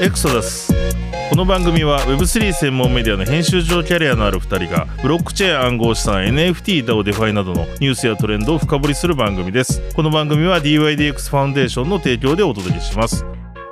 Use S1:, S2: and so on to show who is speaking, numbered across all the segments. S1: エクソダスこの番組は Web3 専門メディアの編集長キャリアのある2人がブロックチェーン暗号資産 NFT だをデファイなどのニュースやトレンドを深掘りする番組ですこの番組は DYDX ファウンデーションの提供でお届けします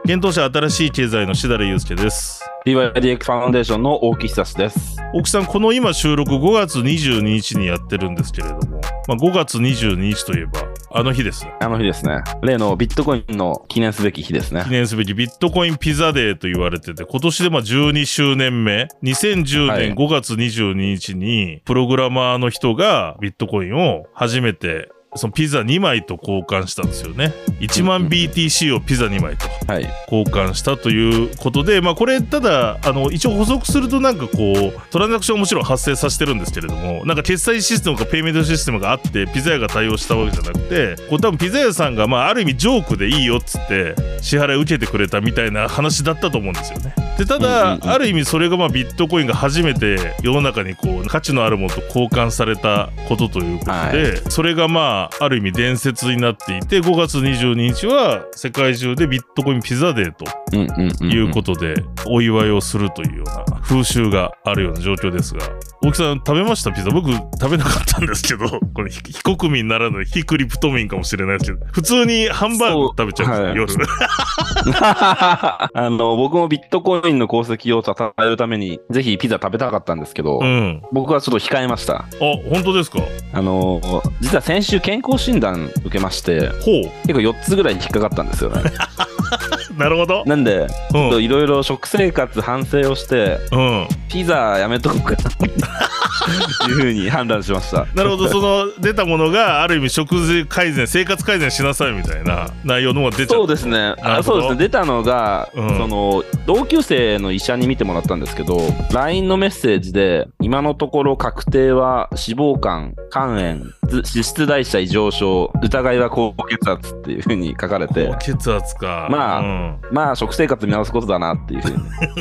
S1: 検討者新しい経済のしだれゆうすけです
S2: DYDX ファウンデーションの大木久志です。
S1: 大木さんこの今収録5月22日にやってるんですけれども、まあ、5月22日といえばあの日ですね
S2: あの日ですね。例のビットコインの記念すべき日ですね
S1: 記。念すべきビットコインピザデーと言われてて、今年でまあ12周年目、2010
S2: はい
S1: 年5月22日に、プログラマーの人がビットコインを初めて、そのピザ2枚と交換したんですよね。1万 BTC をピザ2枚と
S2: はい。
S1: 交換したということで、まあこれただ、あの、一応補足するとなんかこう、トランザクションはもちろん発生させてるんですけれども、なんか決済システムかペイメントシステムがあって、ピザ屋が対応したわけじゃなくて、こう多分ピザ屋さんがまあある意味ジョークでいいよっつって、支払い受けてくれたみたいな話だったと思うんですよね。で、ただ、
S2: うんうんうん
S1: ある意味それがまあビットコインが初めて世の中にこう、価値のあるものと交換されたことということで、
S2: は
S1: それがまあある意味伝説になっていて5月22日は世界中でビットコインピザデーと
S2: うんうんうん、
S1: いうことでお祝いをするというような風習があるような状況ですが大木さん食べましたピザ僕食べなかったんですけど これ非非国民ならぬ非クリプト民かもしれないですけど普通にハンバーグ食べちゃうんですよ、
S2: あの、僕もビットコインの功績を称えるために、ぜひピザ食べたかったんですけど、
S1: 夜うん
S2: 僕はちょっと控えました。
S1: あ本当ですか
S2: あの、実は先週健康診断受けまして、
S1: ほ
S2: 結構4つぐらい引っかかったんです よね。
S1: うなるほど
S2: なんで、
S1: うん
S2: いろいろ食生活反省をして、
S1: うん
S2: ピザやめとこうかなっていうふうに判断しました。
S1: なるほど、その出たものがある意味食事改善、生活改善しなさいみたいな内容のものが出ちゃ
S2: そううですね。
S1: なる
S2: あ
S1: ほど
S2: そうですね。出たのが、
S1: うん
S2: その同級生の医者に見てもらったんですけど、LINE のメッセージで今のところ確定は脂肪肝、肝炎、ず脂質代謝異常症、疑いは高血圧っていうふうに書かれて
S1: 高、血圧か。
S2: まあ
S1: うん、
S2: まあ食生活見直すことだなっていうふう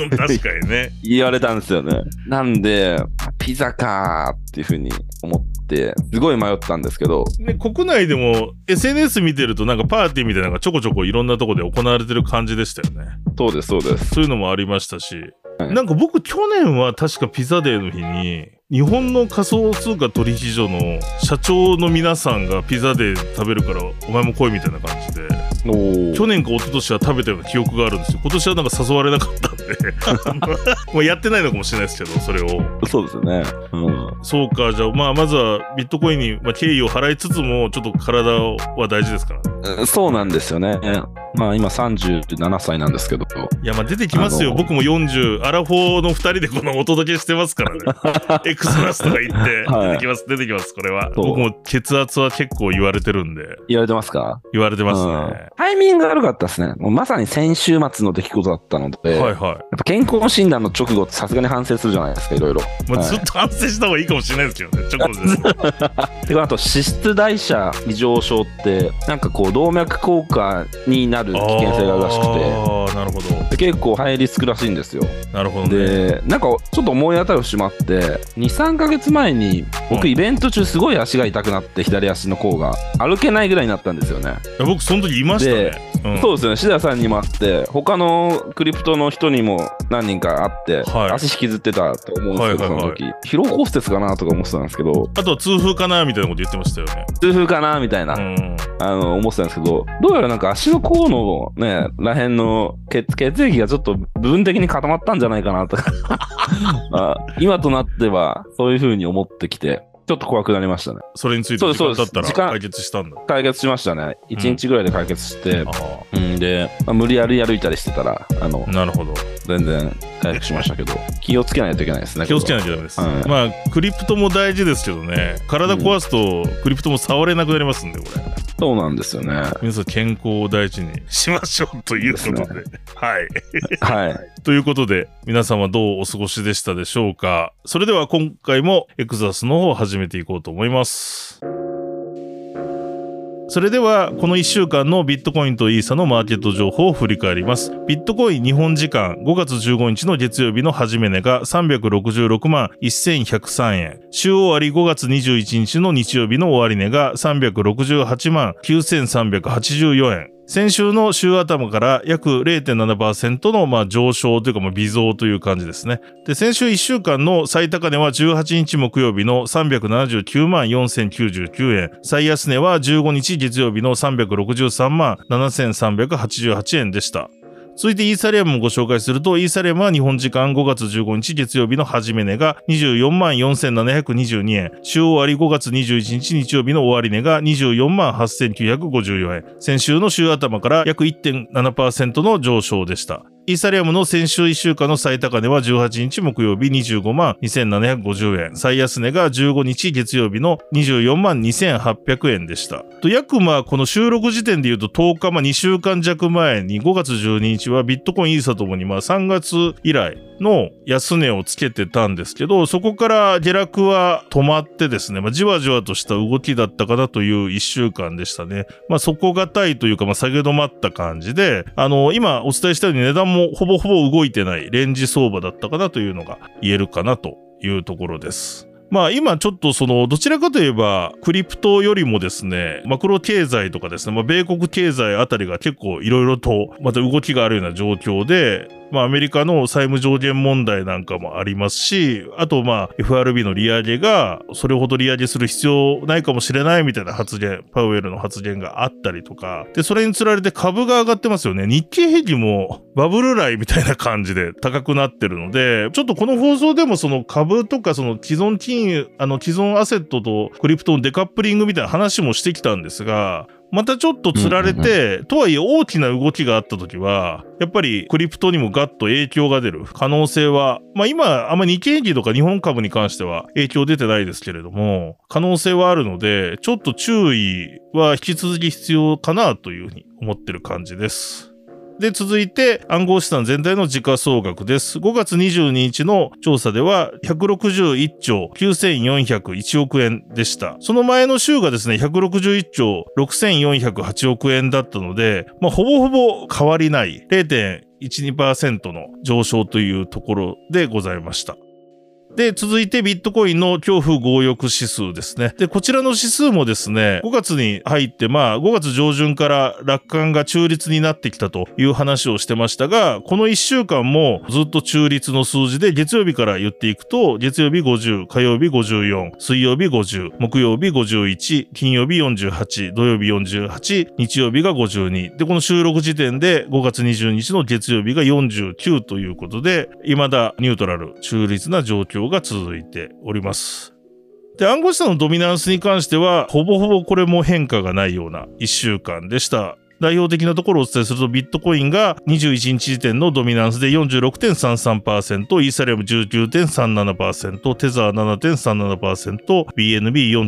S2: に
S1: 確かにね。
S2: 言われたんですよね。なんでピザかーっていうふうに思って、すごい迷ったんですけど、
S1: ね国内でも SNS 見てるとなんかパーティーみたいなのがちょこちょこいろんなとこで行われてる感じでしたよね。
S2: そうですそうです。
S1: そういうのもありましたし。
S2: はい
S1: なんか僕去年は確かピザデーの日に日本の仮想通貨取引所の社長の皆さんがピザデー食べるからお前も来いみたいな感じで
S2: おー
S1: 去年か一昨年は食べたような記憶があるんですよ今年はなんか誘われなかったん であのもうやってないのかもしれないですけどそれを
S2: そうですよね。うん
S1: そうかじゃあまあまずはビットコインにまあ敬意を払いつつもちょっと体は大事ですからね
S2: そうなんですよね。まあ今37歳なんですけど。
S1: いやまあ出てきますよ
S2: あの
S1: 僕も40アラフォーの2人でこのお届けしてますから ねエクスラスとか言って
S2: は
S1: 出
S2: い
S1: てきます出てきますこれは
S2: そう
S1: 僕も血圧は結構言われてるんで
S2: 言われてますか
S1: 言われてますね
S2: うんタイミングが悪かったですね。もうまさに先週末の出来事だったので、
S1: は
S2: や
S1: い
S2: っ
S1: は
S2: ぱ健康診断の直後ってさすがに反省するじゃないですか、いろいろ。
S1: い、まあ、
S2: はい
S1: ずっと反省した方がいいかもしれないですけどねちょこちょこ
S2: で、あと脂質代謝異常症って、なんかこう動脈硬化になる 危険性があるらしく
S1: あ
S2: て
S1: あなるほど、
S2: で結構ハイリスクらしいんですよ。
S1: なるほどね。
S2: で、なんかちょっと思い当たる節もあって、2、3ヶ月前に
S1: う
S2: 僕
S1: ん
S2: イベント中すごい足が痛くなって左足の甲が歩けないぐらいになったんですよね。
S1: いや僕、その時いましたね。うん
S2: そうですね、シダさんにも会って、他のクリプトの人にも何人か会って、
S1: はい
S2: 足引きずってたと思うんです
S1: は
S2: けど、
S1: いはいはい
S2: その時疲労骨折かなとか思ってたんですけど、
S1: あとは痛風かなみたいなこと言ってましたよね。
S2: 痛風かなみたいな、
S1: うん。
S2: あの思ってたんですけど、どうやらなんか足の甲のね、らへんの血血液がちょっと部分的に固まったんじゃないかなと か、あ今となってはそういうふうに思ってきて、ちょっと怖くなりましたね。
S1: それについて
S2: そう
S1: 時
S2: です
S1: 間経っ
S2: そうです
S1: たら
S2: 時間
S1: 解決したんだ。
S2: 解決しましたね。1日ぐらいで解決して、
S1: あ
S2: うん、で、まあ無理やり歩いたりしてたら、あの
S1: あ、、なるほど。
S2: 全然回復しましたけど、気をつけないといけないですね。。
S1: 気をつけないいとダメです。
S2: はい
S1: まあ、クリプトも大事ですけどね、体壊すとクリプトも触れなくなりますんで、これ。
S2: そうなんですよね。は
S1: 皆さん、健康を大事にしましょうということで。
S2: で
S1: はい。
S2: い。
S1: ということで、皆様どうお過ごしでしたでしょうか。それでは今回もエクザスの方を始めていこうと思います。それではこの1週間のビットコインとイーサのマーケット情報を振り返ります。ビットコイン日本時間5月15日の月曜日の始め値が366万1103円。週終わり5月21日の日曜日の終値が368万9384円。先週の週頭から約0.7%のまあ上昇というかまあ微増という感じですね。で、先週1週間の最高値は18日木曜日の379万4099円、最安値は15日月曜日の363万7388円でした。続いてイーサリアムをご紹介すると、イーサリアムは日本時間5月15日月曜日の始め値が24万4722円、週終わり5月21日日曜日の終値が24万8954円、先週の週頭から約1.7%の上昇でした。イーサリアムの先週1週間の最高値は18日木曜日25万2750円、最安値が15日月曜日の24万2800円でした。と約まあこの収録時点で言うと10日、まあ2週間弱前に5月12日はビットコイン、イーサともにまあ3月以来の安値をつけてたんですけど、そこから下落は止まってですね、まあ、じわじわとした動きだったかなという1週間でしたね。まあ、底堅いというか、まあ、下げ止まった感じで、あの、今お伝えしたように値段もほぼほぼ動いてないレンジ相場だったかなというのが言えるかなというところです。まあ今ちょっとそのどちらかといえばクリプトよりもですねマクロ経済とかですね、まあ、米国経済あたりが結構いろいろとまた動きがあるような状況で、まあ、アメリカの債務上限問題なんかもありますしあとまあ FRB の利上げがそれほど利上げする必要ないかもしれないみたいな発言パウエルの発言があったりとかでそれにつられて株が上がってますよね日経平均もバブル来みたいな感じで高くなってるので、ちょっとこの放送でもその株とかその既存金融、あの既存アセットとクリプトのデカップリングみたいな話もしてきたんですが、またちょっとつられて、とはいえ大きな動きがあった時は、やっぱりクリプトにもガッと影響が出る可能性は、まあ今、あんまり日経平均とか日本株に関しては影響出てないですけれども、可能性はあるので、ちょっと注意は引き続き必要かなというふうに思ってる感じです。で、続いて暗号資産全体の時価総額です。5月22日の調査では161兆9401億円でした。その前の週がですね、161兆6408億円だったので、まあ、ほぼほぼ変わりない0.12%の上昇というところでございました。で、続いてビットコインの恐怖強欲指数ですね。で、こちらの指数もですね、5月に入って、まあ、5月上旬から楽観が中立になってきたという話をしてましたが、この1週間もずっと中立の数字で、月曜日から言っていくと、月曜日50、火曜日54、水曜日50、木曜日51、金曜日48、土曜日48、日曜日が52。で、この収録時点で5月22日の月曜日が49ということで、未だニュートラル、中立な状況が続いております。で、暗号資産のドミナンスに関しては、ほぼほぼこれも変化がないような1週間でした。代表的なところをお伝えすると、ビットコインが21日時点のドミナンスで46.33%、イーサリアム19.37%、テザー7.37%、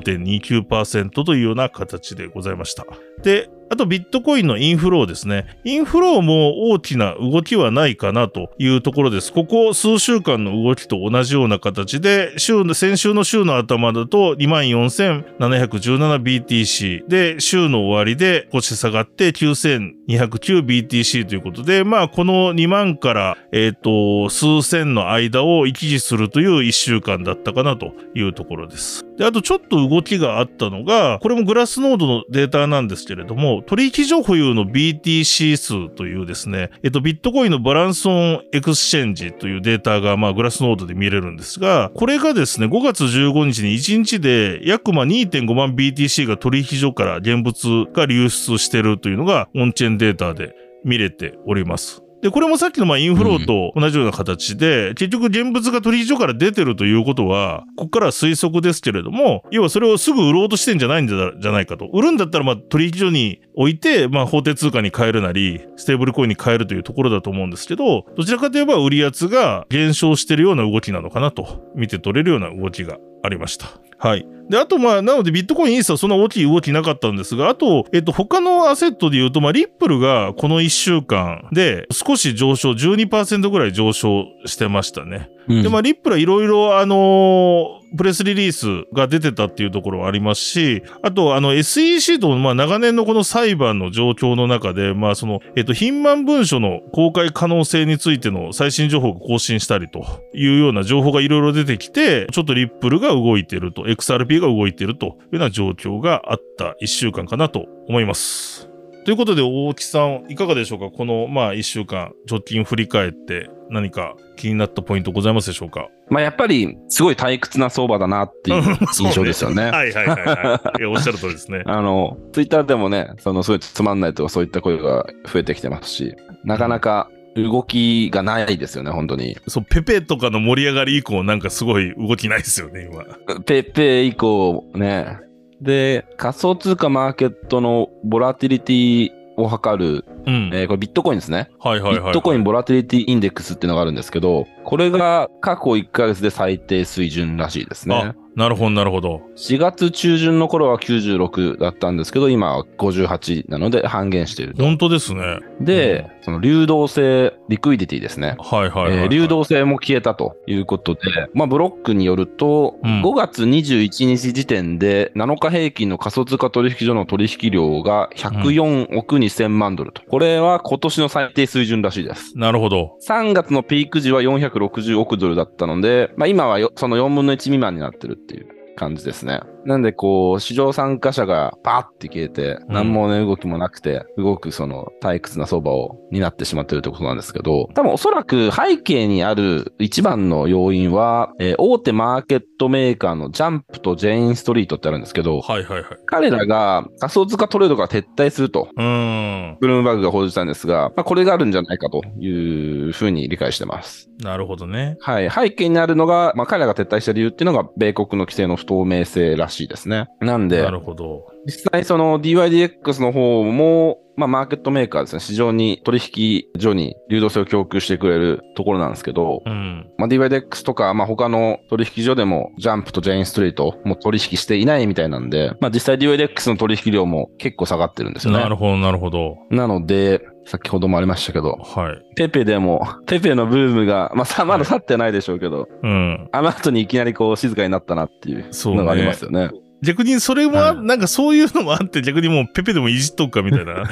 S1: BNB4.29% というような形でございました。で、あとビットコインのインフローですね。インフローも大きな動きはないかなというところです。ここ数週間の動きと同じような形で、週の、先週の週の頭だと 24,717BTC で、週の終わりで少し下がって 9,209BTC ということで、まあこの2万から、えっ、と、数千の間を行き来するという1週間だったかなというところです。で、あとちょっと動きがあったのが、これもグラスノードのデータなんですけれども、取引所保有の BTC 数というですね、えっと、ビットコインのバランスオンエクスチェンジというデータが、まあ、グラスノードで見れるんですが、これがですね、5月15日に1日で約まあ2.5万 BTC が取引所から現物が流出してるというのが、オンチェーンデータで見れております。で、これもさっきのまあインフローと同じような形で、結局現物が取引所から出てるということは、ここからは推測ですけれども、要はそれをすぐ売ろうとしてんじゃないんじゃじゃないかと。売るんだったらまあ取引所に置いて、まあ法定通貨に変えるなり、ステーブルコインに変えるというところだと思うんですけど、どちらかといえば売り圧が減少してるような動きなのかなと、見て取れるような動きがありました。はい。で、あと、まあ、なので、ビットコイン、イーサはそんな大きい動きなかったんですが、あと、えっと、他のアセットで言うと、まあ、リップルがこの1週間で少し上昇、12%ぐらい上昇してましたね。で、まあ、リップルはいろいろ、あのープレスリリースが出てたっていうところはありますし、あと、あの、SEC と、まあ、長年のこの裁判の状況の中で、まあ、その、えっと、ヒンマン文書の公開可能性についての最新情報が更新したりというような情報がいろいろ出てきて、ちょっとリップルが動いてると、XRP が動いてるというような状況があった一週間かなと思います。ということで、大木さん、いかがでしょうかこの、まあ、一週間、直近振り返って、何か気になったポイントございますでしょうか
S2: まあ、やっぱり、すごい退屈な相場だなっていう印象ですよね。
S1: はいはいはい はい。いやおっしゃる通りですね。
S2: あの、ツイッターでもね、その、すごいつまんないとか、そういった声が増えてきてますし、なかなか動きがないですよね、本当に。
S1: そう、ペペとかの盛り上がり以降、なんかすごい動きないですよね、今。
S2: ペッペ以降ね。で、仮想通貨マーケットのボラティリティを測る、
S1: うん。
S2: えーこれビットコインですね。
S1: はいはいはい、
S2: ビットコインボラティリティインデックスっていうのがあるんですけど、これが過去1ヶ月で最低水準らしいですね
S1: あ。なるほどなるほど。
S2: 4月中旬の頃は96だったんですけど、今は58なので半減していると。
S1: 本当ですね。はい
S2: で、その流動性、リクイディティですね。
S1: はいはい、
S2: えー流動性も消えたということで、まあ、ブロックによると、
S1: うん
S2: 5月21日時点で7日平均の仮想通貨取引所の取引量が104億2000万ドルと、これは今年の最低水準らしいです。
S1: なるほど。
S2: 3月のピーク時は460億ドルだったので、まあ、今はよその4分の1未満になってるっていう感じですね。なんでこう、市場参加者がパーって消えて、
S1: うん
S2: 何もね、動きもなくて、動くその退屈な相場を担ってしまってるってことなんですけど、多分おそらく背景にある一番の要因は、えー大手マーケットメーカーのジャンプとジェインストリートってあるんですけど、
S1: はいはいはい。
S2: 彼らが仮想通貨トレードから撤退すると
S1: うーん。
S2: ブルームバーグが報じたんですが、まあ、これがあるんじゃないかというふうに理解してます。
S1: なるほどね。
S2: はい。背景にあるのが、まあ、彼らが撤退した理由っていうのが、米国の規制の不透明性らしいですね。なんで
S1: な、るほど。
S2: 実際その DYDX の方も、まあ、マーケットメーカーですね、市場に取引所に流動性を供給してくれるところなんですけど、
S1: うん。
S2: まあ、DYDX とか、まあ、他の取引所でも、ジャンプとジェインストリートも取引していないみたいなんで、まあ、実際 DYDX の取引量も結構下がってるんですよね。
S1: なるほどなるほど。
S2: なので、先ほどもありましたけど、
S1: はい。
S2: ペペでも、ペペのブームが、まあさ、まだ去ってないでしょうけど、
S1: うん。
S2: あの後にいきなりこう静かになったなっていうのがありますよね。
S1: 逆にそれもあ、
S2: はい
S1: なんかそういうのもあって、逆にもうペペでもいじっとくかみたい な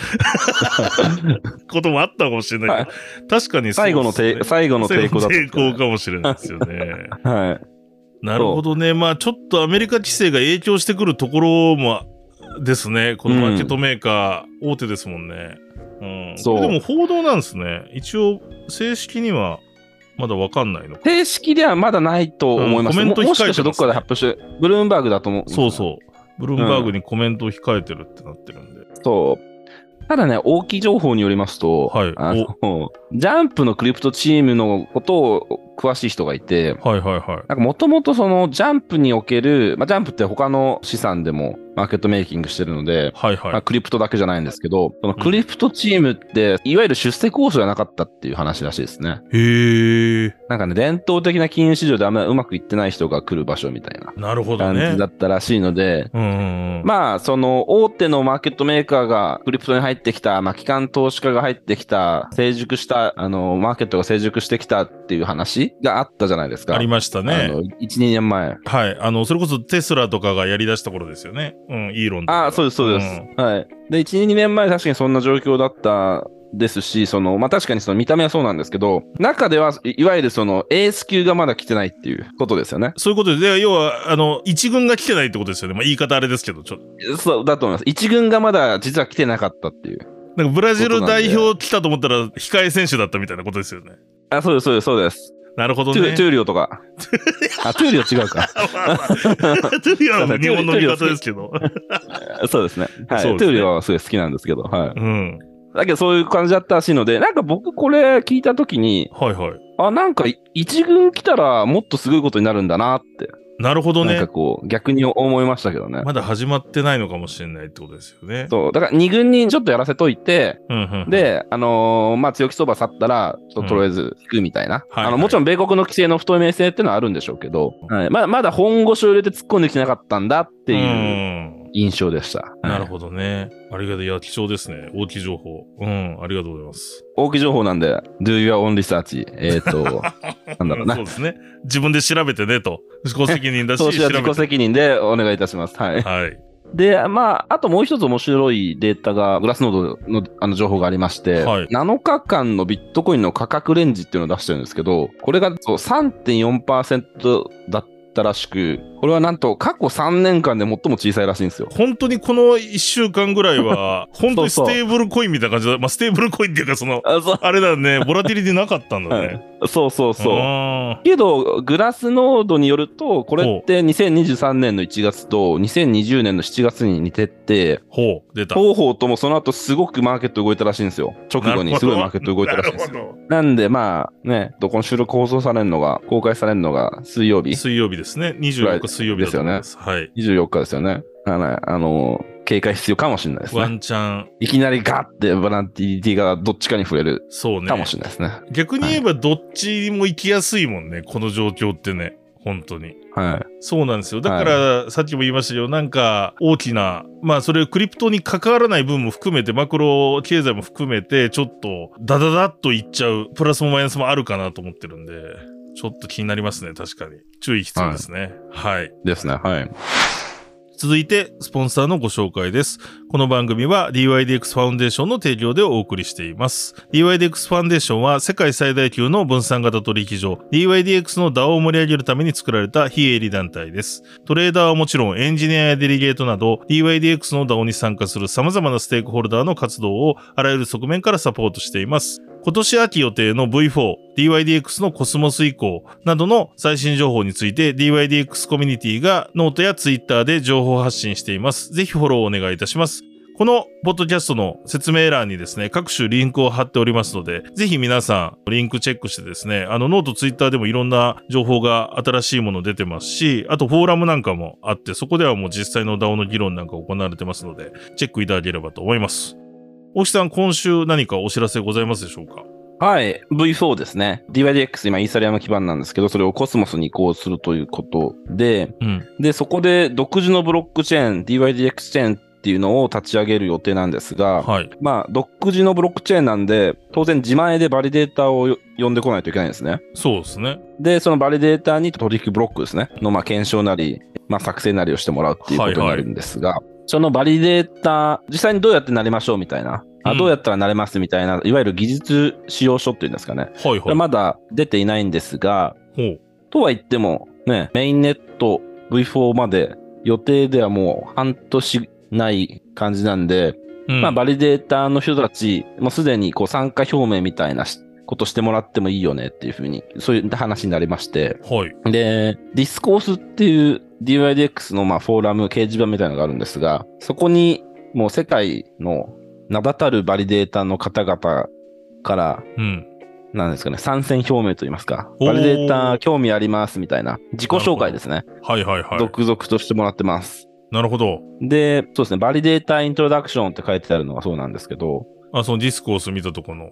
S1: こともあったかもしれないけど、確かにそう
S2: 最後の
S1: ですね
S2: 抵、最後の抵抗だった、
S1: 抵抗かもしれないですよね。
S2: はい。
S1: なるほどね。まあちょっとアメリカ規制が影響してくるところもですね。このマーケットメーカー、大手ですもんね。うん。
S2: そう
S1: これでも報道なんですね。一応、正式にはまだわかんないのか。
S2: 正式ではまだないと思います。
S1: うんコメント控えて
S2: もも
S1: ます
S2: し
S1: ね
S2: かしてどっかで発表して、ブルームバーグだと思う。
S1: そうそう。ブルームバーグにコメントを控えてるってなってるんで。
S2: う。そう。ただね、大きい情報によりますと、
S1: はい
S2: あの、ジャンプのクリプトチームのことを詳しい人がいて、
S1: はいはいはい。
S2: なんかもともとそのジャンプにおける、まあ、ジャンプって他の資産でもマーケットメイキングしてるので、
S1: はい
S2: ま
S1: は
S2: あ、
S1: い。
S2: クリプトだけじゃないんですけど、そのクリプトチームって、いわゆる出世交渉じゃなかったっていう話らしいですね。
S1: へえ。
S2: なんかね、伝統的な金融市場であんまりうまくいってない人が来る場所みたいな
S1: なるほど
S2: 感
S1: ね
S2: じだ。ったらしいので、
S1: うんうんうん。
S2: まあ、その大手のマーケットメーカーがクリプトに入ってきた、まあ、機関投資家が入ってきた、成熟した、あの、マーケットが成熟してきたっていう話があったじゃないですか。
S1: ありました
S2: あ
S1: ね。
S2: の、1、2年前。
S1: はい。あの、それこそテスラとかがやり出した頃ですよね。うん、イーロンとか。
S2: ああ、そうです、そうです。はい。で、1、2年前、確かにそんな状況だったですし、その、まあ、確かにその見た目はそうなんですけど、中では、いいわゆるその、エース級がまだ来てないっていうことですよね。
S1: そういうことで、で要は、あの、一軍が来てないってことですよね。まあ、言い方あれですけど、ちょっと。
S2: そう、だと思います。一軍がまだ実は来てなかったっていう。
S1: なんか、ブラジル代表来たと思ったら、控え選手だったみたいなことですよね。
S2: あ、そうです、そうです、そうです。
S1: なるほど
S2: トゥ
S1: ね。
S2: トゥーリオと か。あ、トゥーリオ違うか。
S1: まあまあトゥリアは日本の味方ですけど。
S2: そうですね。はい。
S1: そうですね
S2: トゥーリオはすごい好きなんですけど、はい。
S1: うん。
S2: だけどそういう感じだったらしいので、なんか僕これ聞いたときに、
S1: はいはい。
S2: あ、なんか一軍来たらもっとすごいことになるんだなって
S1: なるほど
S2: なん
S1: ね
S2: か。こう、逆に思いましたけどね。
S1: まだ始まってないのかもしれないってことですよね。
S2: そう、だから2軍にちょっとやらせといて、
S1: うんうん、
S2: で、あのーまあ、強気相場去ったら、ちょっととりあえず引くみたいな。
S1: はいはい
S2: あの、もちろん米国の規制の不透明性っていうのはあるんでしょうけど、はい、まあまだ本腰を入れて突っ込んできてなかったんだっていう
S1: うん
S2: 印象でした。
S1: なる
S2: ど。
S1: ほどね。ありがとう。いや、貴重ですね。大きい情報。うん、ありがとうございます。
S2: 大きい情報なんで、do your own research。え っ、と、なんだ
S1: うんそ
S2: ろうな。
S1: うですね。自分で調べてねと。自己責 任だし、
S2: 投資
S1: 調
S2: は
S1: べ
S2: 自己
S1: て。
S2: 責任でお願いいたします。はい。
S1: はい。
S2: で、まあ、あともう一つ面白いデータが、グラスノードのあの情報がありまして、
S1: はい
S2: 7日間のビットコインの価格レンジっていうのを出してるんですけど、これがそう3.4%だったらしく、これはなんと過去3年間で最も小さいらしいんですよ。
S1: 本当にこの1週間ぐらい は、本当に
S2: そ
S1: ス
S2: うそう
S1: テーブルコインみたいな感じだ。まあ、ステーブルコインっていうか、その、
S2: あそ
S1: あれだね、ボラティリティなかったんだね。
S2: うそうそうそう。
S1: あ
S2: けど、グラスノードによると、これって2023年の1月と2020年の7月に似てて、
S1: ーほう、出た。
S2: 双方ともその後すごくマーケット動いたらしいんですよ。直後にすごいマーケット動いたらしいんですよ
S1: な。るほど
S2: なんで、まあね、どこの収録放送されるのが、公開されるのが水曜日、
S1: 水曜日ですね。24日水曜日だと思います。はい。
S2: 24日ですよね。あの、あの警戒必要かもしれないです
S1: ワ
S2: ね。
S1: ンチャン、
S2: いきなりガッてボランティリティがどっちかに触れる
S1: そうね
S2: か。もしれないですね。
S1: 逆に言えば、どっちも行きやすいもんね。この状況ってね。本当に。
S2: はい。
S1: そうなんですよ。だから、さっきも言いましたよ。なんか、大きな、まあ、それ、クリプトに関わらない分も含めて、マクロ経済も含めて、ちょっと、ダダダッといっちゃう、プラスもマイナスもあるかなと思ってるんで、ちょっと気になりますね。確かに。注意必要ですね。はい
S2: ですね。はい。
S1: 続いて、スポンサーのご紹介です。この番組は DYDX ファウンデーションの提供でお送りしています。DYDX ファウンデーションは世界最大級の分散型取引所 DYDX の DAO を盛り上げるために作られた非営利団体です。トレーダーはもちろんエンジニアやデリゲートなど DYDX の DAO に参加する様々なステークホルダーの活動をあらゆる側面からサポートしています。今年秋予定の V4、DYDX のコスモス以降などの最新情報について DYDX コミュニティがノートや Twitter で情報発信しています。ぜひフォローお願いいたします。このポッドキャストの説明欄にですね、各種リンクを貼っておりますので、ぜひ皆さん、リンクチェックしてですね、あの、ノート、ツイッターでもいろんな情報が新しいもの出てますし、あとフォーラムなんかもあって、そこではもう実際の DAO の議論なんか行われてますので、チェックいただければと思います。大木さん、今週何かお知らせございますでしょうか
S2: はい。V4 ですね。DYDX、今、イーサリアム基盤なんですけど、それをコスモスに移行するということで、
S1: うん。
S2: で、そこで独自のブロックチェーン、DYDX チェーンっていうのを立ち上げる予定なんですが、
S1: はい。
S2: まあ、独自のブロックチェーンなんで、当然自前でバリデータをよ呼んでこないといけないんですね。
S1: そうですね。
S2: で、そのバリデータに取引ブロックですね、の、まあ、検証なり、まあ、作成なりをしてもらうっていうことになるんですが、そのバリデータ、実際にどうやってなれましょうみたいな、あ
S1: うん
S2: どうやったらなれますみたいな、いわゆる技術使用書っていうんですかね。
S1: はい
S2: これ
S1: はい。
S2: まだ出ていないんですが、
S1: ほう。
S2: とは言っても、ね、メインネット V4 まで予定ではもう半年ない感じなんで、
S1: うん
S2: まあ、バリデーターの人たち、もうすでにこう参加表明みたいなしことしてもらってもいいよねっていうふうに、そういう話になりまして。
S1: はい。
S2: で、ディスコースっていう DYDX のまあフォーラム、掲示板みたいなのがあるんですが、そこにもう世界の名だたるバリデーターの方々から、
S1: うん。
S2: なんですかね、参戦表明といいますか、
S1: おー
S2: バリデーター興味ありますみたいな、自己紹介ですね。
S1: はいはいはい。
S2: 続々としてもらってます。
S1: なるほど。
S2: で、そうですね、バリデーターイントロダクションって書いてあるのがそうなんですけど、
S1: あ、そのディスコース見たとこの。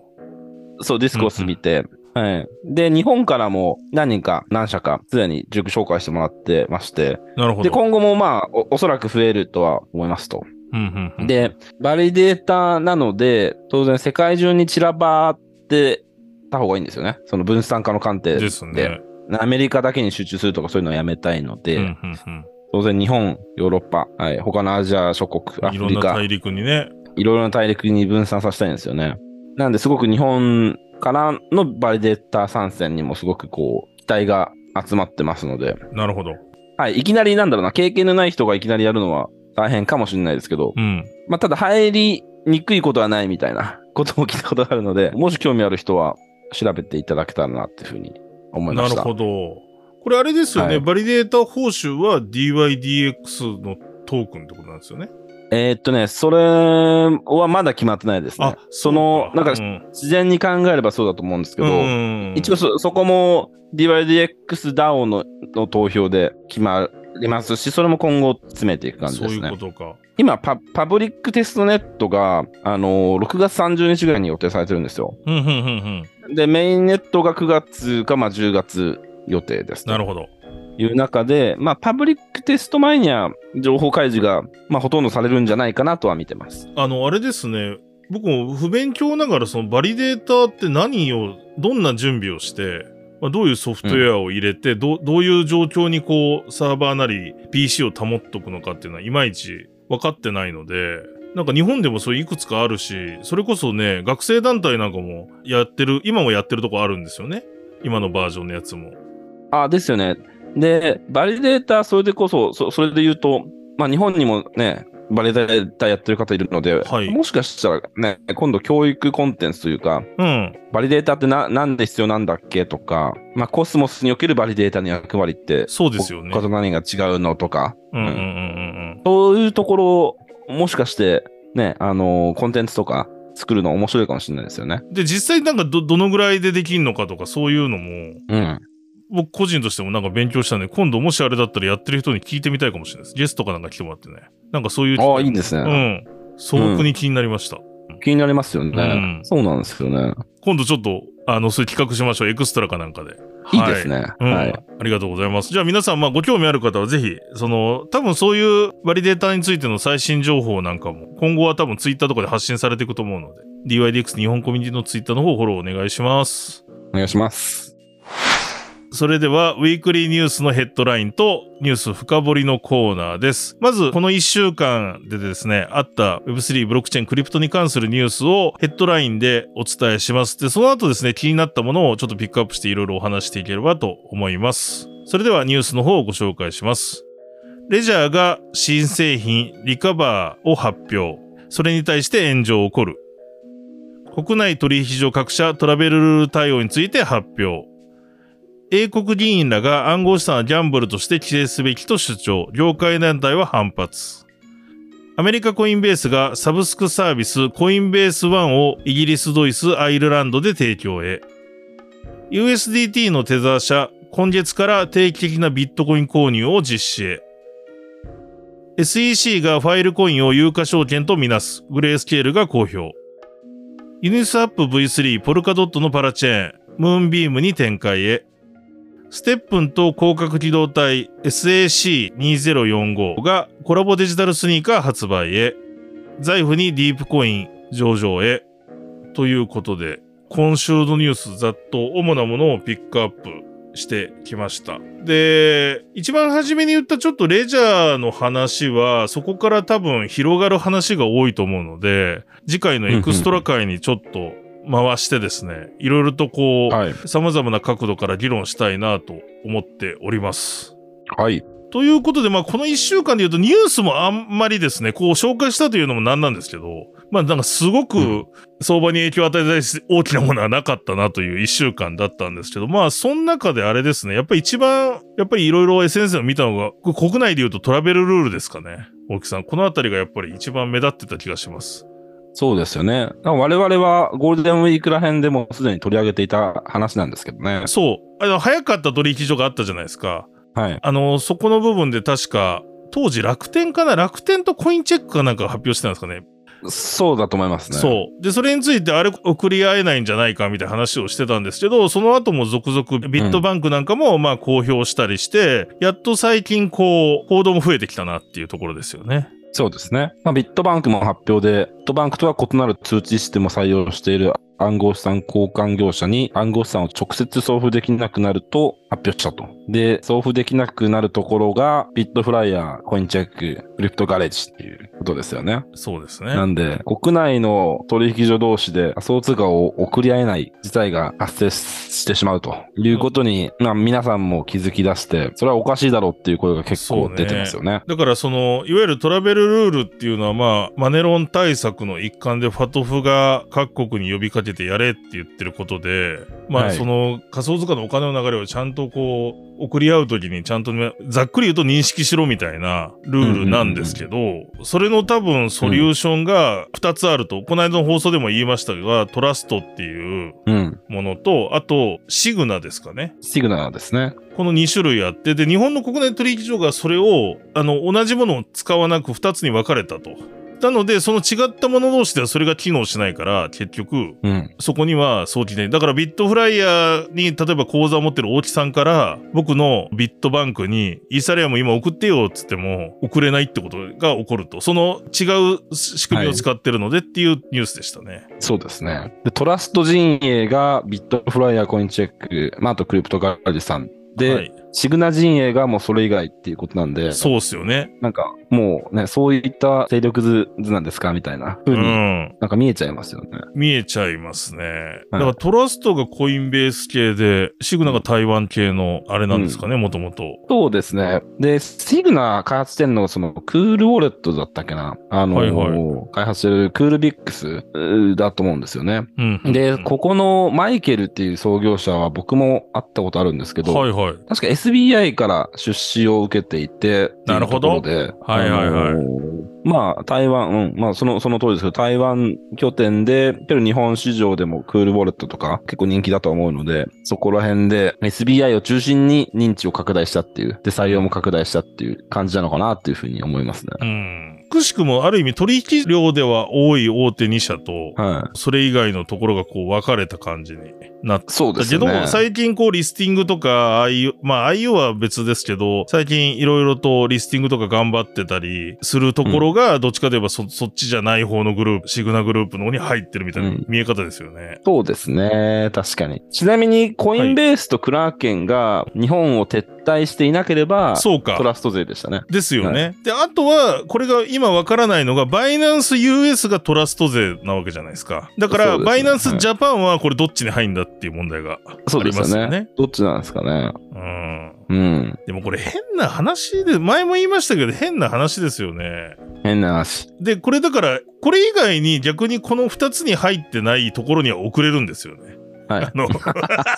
S2: そう、ディスコース見て、はい。で、日本からも何人か、何社か、すでに塾紹介してもらってまして、
S1: なるほど。
S2: で、今後もまあ、おおそらく増えるとは思いますと。
S1: うんうんうん、
S2: で、バリデータなので、当然世界中に散らばってた方がいいんですよね。その分散化の観点で。
S1: ですね。
S2: アメリカだけに集中するとかそういうのはやめたいので、
S1: うんうんうん
S2: 当然日本、ヨーロッパ、はい、他のアジア諸国、ア
S1: い
S2: フ
S1: ろん
S2: リ
S1: な
S2: カ、
S1: 大陸にね。
S2: いろいろな大陸に分散させたいんですよね。なんで、すごく日本からのバリデータ参戦にもすごくこう、期待が集まってますので、
S1: なるほど。
S2: はい、いきなりなんだろうな、経験のない人がいきなりやるのは大変かもしれないですけど
S1: う、ん。
S2: まあ、ただ入りにくいことはないみたいな ことも聞いたことがあるので、もし興味ある人は調べていただけたらなっていうふうに思いま
S1: な
S2: し
S1: る
S2: た。
S1: ほど。これあれですよね。
S2: はい
S1: バリデータ報酬は DYDX のトークンってことなんですよね。
S2: えーっとね、それはまだ決まってないですね
S1: あ。
S2: その、なんか
S1: う、ん
S2: 自然に考えればそうだと思うんですけ
S1: う
S2: ど、
S1: ん
S2: 一応そそこも DYDXDAO のの投票で決まりますし、それも今後詰めていく感じ
S1: そう
S2: で
S1: い
S2: す
S1: う
S2: ね
S1: こ。とか。
S2: 今パ、パブリックテストネットが、あのー6月30日ぐらいに予定されてるんですよ。
S1: うんうんうんうん。
S2: で、メインネットが9月か、まあ、10月予定です。
S1: なる
S2: ほ
S1: ほど。
S2: ど。いう中で、まあ、パブリックテスト前には情報開示が、まあ、ほとんどされるんじゃないかなとは見てます。
S1: あの、あれですね。僕も不勉強ながら、そのバリデーターって何を、どんな準備をして、まあ、どういうソフトウェアを入れて、どうどういう状況にこう、サーバーなり PC を保っとくのかっていうのは、いまいち分かってないので、なんか日本でもそういくつかあるし、それこそね、学生団体なんかもやってる、今もやってるとこあるんですよね。今のバージョンのやつも。
S2: あ、ですよね。で、バリデータ、それでこそ、そそれで言うと、まあ、日本にもね、バリデータやってる方いるので、
S1: はい
S2: もしかしたらね、今度教育コンテンツというか、
S1: うん。
S2: バリデータってななんで必要なんだっけとか、まあ、コスモスにおけるバリデータの役割って、
S1: そうですよね。
S2: 他と何が違うのとか、
S1: うんうんうんうん
S2: そういうところを、もしかして、ね、あのーコンテンツとか作るの面白いかもしれないですよね。
S1: うん。で、実際なんかど、どのぐらいでできるのかとか、そういうのも、
S2: うん。
S1: 僕個人としてもなんか勉強したんで、今度もしあれだったらやってる人に聞いてみたいかもしれないです。ゲストかなんか来てもらってね。なんかそういう。
S2: ああ、いいですね、
S1: うん。素朴に気になりました。
S2: 気になりますよね、
S1: うん
S2: そうなんですよね。
S1: 今度ちょっと、あの、そういう企画しましょう。エクストラかなんかで。
S2: いいですね。
S1: うん
S2: はい。
S1: ありがとうございます。じゃあ皆さん、まあ、ご興味ある方はぜひ、その、多分そういうバリデータについての最新情報なんかも、今後は多分ツイッターとかで発信されていくと思うので、DYDX 日本コミュニティのツイッターの方をフォローお願いします。
S2: お願いします。
S1: それでは、ウィークリーニュースのヘッドラインとニュース深掘りのコーナーです。まず、この1週間でですね、あった Web3 ブロックチェーンクリプトに関するニュースをヘッドラインでお伝えします。で、その後ですね、気になったものをちょっとピックアップしていろいろお話していければと思います。それではニュースの方をご紹介します。レジャーが新製品リカバーを発表。それに対して炎上起こる。国内取引所各社トラベルルール対応について発表。英国議員らが暗号資産はギャンブルとして規制すべきと主張、業界団体は反発。アメリカコインベースがサブスクサービスコインベース1をイギリス、ドイツ、アイルランドで提供へ。USDT のテザー社、今月から定期的なビットコイン購入を実施へ。SEC がファイルコインを有価証券とみなす、グレースケールが公表。ユニスアップ V3 ポルカドットのパラチェーン、ムーンビームに展開へ。ステップンと広角機動隊 SAC2045 がコラボデジタルスニーカー発売へ。財布にディープコイン上場へ。ということで、今週のニュースざっと主なものをピックアップしてきました。で、一番初めに言ったちょっとレジャーの話は、そこから多分広がる話が多いと思うので、次回のエクストラ会にちょっと回してですね、いろいろとこう、
S2: はい。
S1: 様々な角度から議論したいなと思っております。
S2: はい。
S1: ということで、まあ、この一週間で言うとニュースもあんまりですね、こう紹介したというのもなんなんですけど、まあ、なんかすご
S2: う
S1: く相場に影響を与えたりし大きなものはなかったなという一週間だったんですけど、まあ、その中であれですね、やっぱり一番、やっぱりいろいろ SNS を見たのが、こ国内で言うとトラベルルールですかね。大木さん、このあたりがやっぱり一番目立ってた気がします。
S2: そうですよね。我々はゴールデンウィークら辺でもすでに取り上げていた話なんですけどね。
S1: そう。あの、早かった取引所があったじゃないですか。
S2: はい。
S1: あの、そこの部分で確か、当時楽天かな楽天とコインチェックかなんかが発表してたんですかね。
S2: そうだと思いますね。
S1: そう。で、それについてあれ送り合えないんじゃないかみたいな話をしてたんですけど、その後も続々ビットバンクなんかもまあ公表したりして、やっと最近こう、報道も増えてきたなっていうところですよね。
S2: そうですね。まあ、ビットバンクも発表で、ビットバンクとは異なる通知システムを採用している暗号資産交換業者に暗号資産を直接送付できなくなると発表したと。で、送付できなくなるところが、ビットフライヤー、コインチェック、クリプトガレージっていうことですよね。
S1: そうですね。
S2: なんで、国内の取引所同士で仮想通貨を送り合えない事態が発生してしまうということに、まあ皆さんも気づき出して、それはおかしいだろうっていう声が結構出てますよね。
S1: だからそのいわゆるトラベルルールっていうのはまあマネロン対策の一環でファトフが各国に呼びかけてやれって言ってることでまあ
S2: はい
S1: その仮想通貨のお金の流れをちゃんとこう送り合う時にちゃんとねざっくり言うと認識しろみたいなルールなんですけどそれの多分ソリューションが2つあると、この間の放送でも言いましたが、トラストっていう
S2: うん。
S1: ものと、あと、シグナですかね。
S2: シグナーですね。
S1: この2種類あって、で、日本の国内取引所がそれを、あの、同じものを使わなく2つに分かれたと。なので、その違ったもの同士ではそれが機能しないから、結局、
S2: うん。
S1: そこには送金で。だからビットフライヤーに、例えば口座を持ってる大木さんから、僕のビットバンクに、イーサリアム今送ってよっつっても、送れないってことが起こると。その違う仕組みを使ってるのでっていうニュースでしたね。
S2: そうですね。で、トラスト陣営がビットフライヤーコインチェック、まあ、あとクリプトガージさん。で、
S1: はい、
S2: シグナ陣営がもうそれ以外っていうことなんで、
S1: そうっすよね。
S2: なんかもうね、そういった勢力図図なんですかみたいな風
S1: う
S2: に、
S1: ん。
S2: なんか見えちゃいますよね。
S1: 見えちゃいますね。だからトラストがコインベース系で、シグナが台湾系のあれなんですかね、もともと。
S2: そうですね。で、シグナ開発してんのが、その、クールウォレットだったっけなあの、
S1: はいは
S2: 開発してるクールビックスうーだと思うんですよね。
S1: うん。
S2: で、ここのマイケルっていう創業者は僕も会ったことあるんですけど、
S1: はいはい。
S2: 確か SBI から出資を受けていて、
S1: なるほど
S2: っていうところ
S1: はい
S2: で、
S1: はいはい
S2: あのーまあ、台湾、うん、まあ、その、その通りですけど、台湾拠点で、けど日本市場でもクールウォレットとか結構人気だと思うので、そこら辺で SBI を中心に認知を拡大したっていう、で、採用も拡大したっていう感じなのかなっていうふうに思いますね。
S1: うん。くしくもある意味取引量では多い大手2社と、
S2: は
S1: それ以外のところがこう分かれた感じになって
S2: い。そうで
S1: だ
S2: す
S1: け
S2: ね
S1: ど、。最近こうリスティングとか IU、まあ IU は別ですけど、最近いろいろとリスティングとか頑張ってたりするところが、どっちかといえばそそっちじゃない方のグループ、シグナグループの方に入ってるみたいな
S2: うん
S1: 見え方ですよね。
S2: そうですね。確かに。ちなみに、コインベースとクラーケンが日本を撤退していなければ、
S1: そうか
S2: ト。ラスト勢でしたね。
S1: ですよね。で、あとは、これが今わからないのが、バイナンス US がトラスト税なわけじゃないですか。だから、
S2: そうですね
S1: バイナンス
S2: はい
S1: ジャパンはこれどっちに入るんだっていう問題が。
S2: そうですよね
S1: ありますよね
S2: どっちなんですかね。
S1: うん。
S2: うん。
S1: でもこれ変な話で、前も言いましたけど、変な話ですよね。
S2: 変な話。
S1: で、これだから、これ以外に逆にこの2つに入ってないところには遅れるんですよね。
S2: はい
S1: あの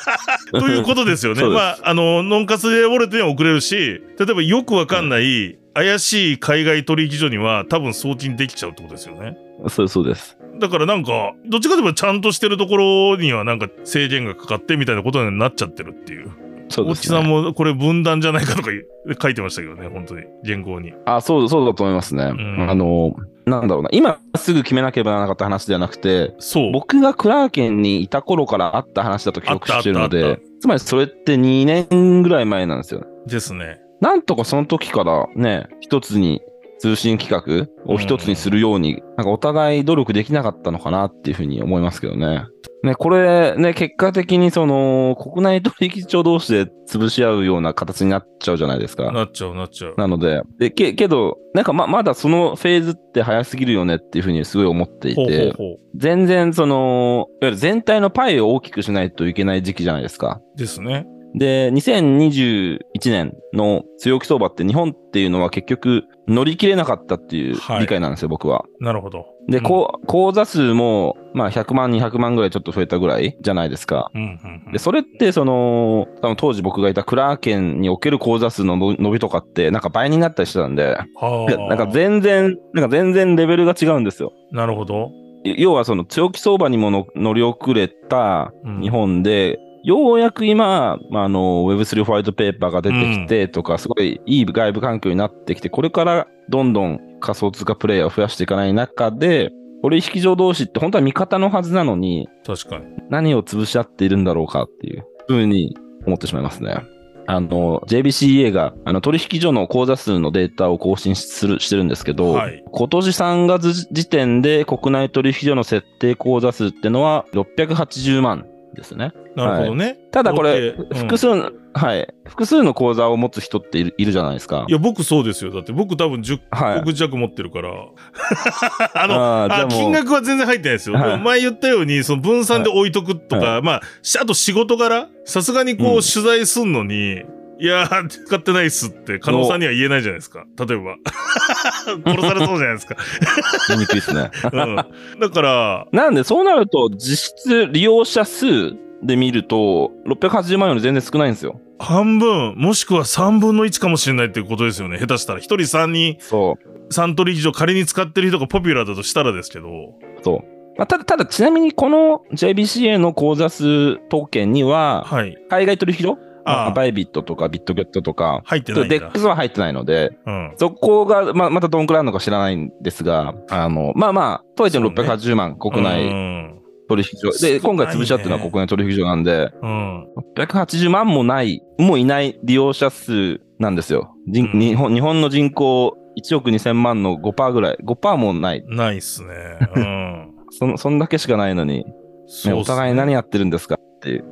S1: ということですよね。
S2: そうです
S1: まあ、あの、ノンカスでウォレットには遅れるし、例えばよくわかんない、怪しい海外取引所には多分送金できちゃうってことですよね。
S2: そうそうです。
S1: だからなんか、どっちかといえばちゃんとしてるところにはなんか制限がかかってみたいなことになっちゃってるっていう。
S2: そう
S1: 大
S2: で
S1: 木
S2: す、
S1: さん
S2: ね。
S1: もこれ分断じゃないかとか言う書いてましたけどね、本当に。原稿に。
S2: あ、そう、そうだと思いますね。
S1: ん
S2: あの、なんだろうな。今すぐ決めなければならなかった話ではなくて、
S1: そう。
S2: 僕がクラーケンにいた頃からあった話だと記憶してるの
S1: あったあっ
S2: で
S1: た、
S2: つまりそれって2年ぐらい前なんですよ。
S1: ですね。
S2: なんとかその時からね、一つに通信規格を一つにするように、なんかお互い努力できなかったのかなっていうふうに思いますけどね。ね、これね、結果的にその国内取引所同士で潰し合うような形になっちゃうじゃないですか。
S1: なっちゃう、なっちゃう。
S2: なので、でけけど、なんかままだそのフェーズって早すぎるよねっていうふうにすごい思っていて、
S1: ほうほうほう。
S2: 全然その、いわゆる全体のパイを大きくしないといけない時期じゃないですか。
S1: ですね。
S2: で、2021年の強気相場って日本っていうのは結局乗り切れなかったっていう
S1: はい
S2: 理解なんですよ、僕は。
S1: なるほど。
S2: で、
S1: うん
S2: こう口座数も、まあ、100万、200万ぐらいちょっと増えたぐらいじゃないですか。
S1: うんうんうん
S2: で、それって、その、多分当時僕がいたクラーケンにおける口座数の伸びとかって、なんか倍になったりしてたんで、
S1: はあ
S2: なんか全然、なんか全然レベルが違うんですよ。
S1: なるほど。
S2: 要はその長期相場にもの乗り遅れた
S1: うん
S2: 日本で、ようやく今、まあ、あの Web3 ホワイトペーパーが出てきてとか、すごいいい外部環境になってきて、これからどんどん仮想通貨プレイヤーを増やしていかない中で、取引所同士って本当は味方のはずなのに、
S1: 確かに。
S2: 何を潰し合っているんだろうかっていうふうに思ってしまいますね。あの、JBCA があの取引所の口座数のデータを更新するしてるんですけど、
S1: はい
S2: 今年3月時点で国内取引所の設定口座数ってのは680万ですね。
S1: なるほどね。
S2: ただこれ、
S1: 合計うん
S2: 複数の、はい、複数の口座を持つ人っているいるじゃないですか
S1: い、。や、僕そうですよ。だって僕多分10
S2: はい。
S1: 国弱持ってるから。 あの、
S2: あ
S1: あ
S2: ーでも
S1: 金額は全然入ってないですよ。
S2: はい
S1: でも前言ったように、その分散で置いとくとか、まあ、しあと仕事柄、さすがにこう
S2: うん
S1: 取材すんのに、いやー、使ってないっすって、加納さんには言えないじゃないですか。例え ば。殺されそうじゃないですか。
S2: 言 いにくいですね。
S1: うん、だから、
S2: なんで、そうなると、実質利用者数で見ると、680万より全然少ないんですよ。
S1: 半分、もしくは3分の1かもしれないっていうことですよね。下手したら。一人3人、
S2: そ
S1: サントリー以上仮に使ってる人がポピュラーだとしたらですけど。
S2: う。そう。まあ、ただ、ただ、ちなみにこの JBCA の口座数トーケンには、
S1: はい。
S2: 海外取引所
S1: ああ
S2: バイビットとかビットゲットとか、
S1: 入って
S2: デ
S1: ないん
S2: ッ
S1: だ
S2: ク。スは入ってないので、
S1: うん。
S2: そこが、まあ、またどんくらいあるのか知らないんですが、あの、まあまあ、とはいっても680万、国
S1: う
S2: 内
S1: ん。
S2: 取引所。
S1: 少ないね
S2: で、今回潰しちゃってるのは国内取引所なんで、
S1: うん。
S2: 680万もない、もういない利用者数なんですよ。人
S1: うん
S2: 日本日本の人口1億2000万の5%ぐらい、5%もない。
S1: ないっすね。 うん。
S2: そんそんだけしかないのに、ね
S1: そうっすね
S2: お互い何やってるんですかっていう。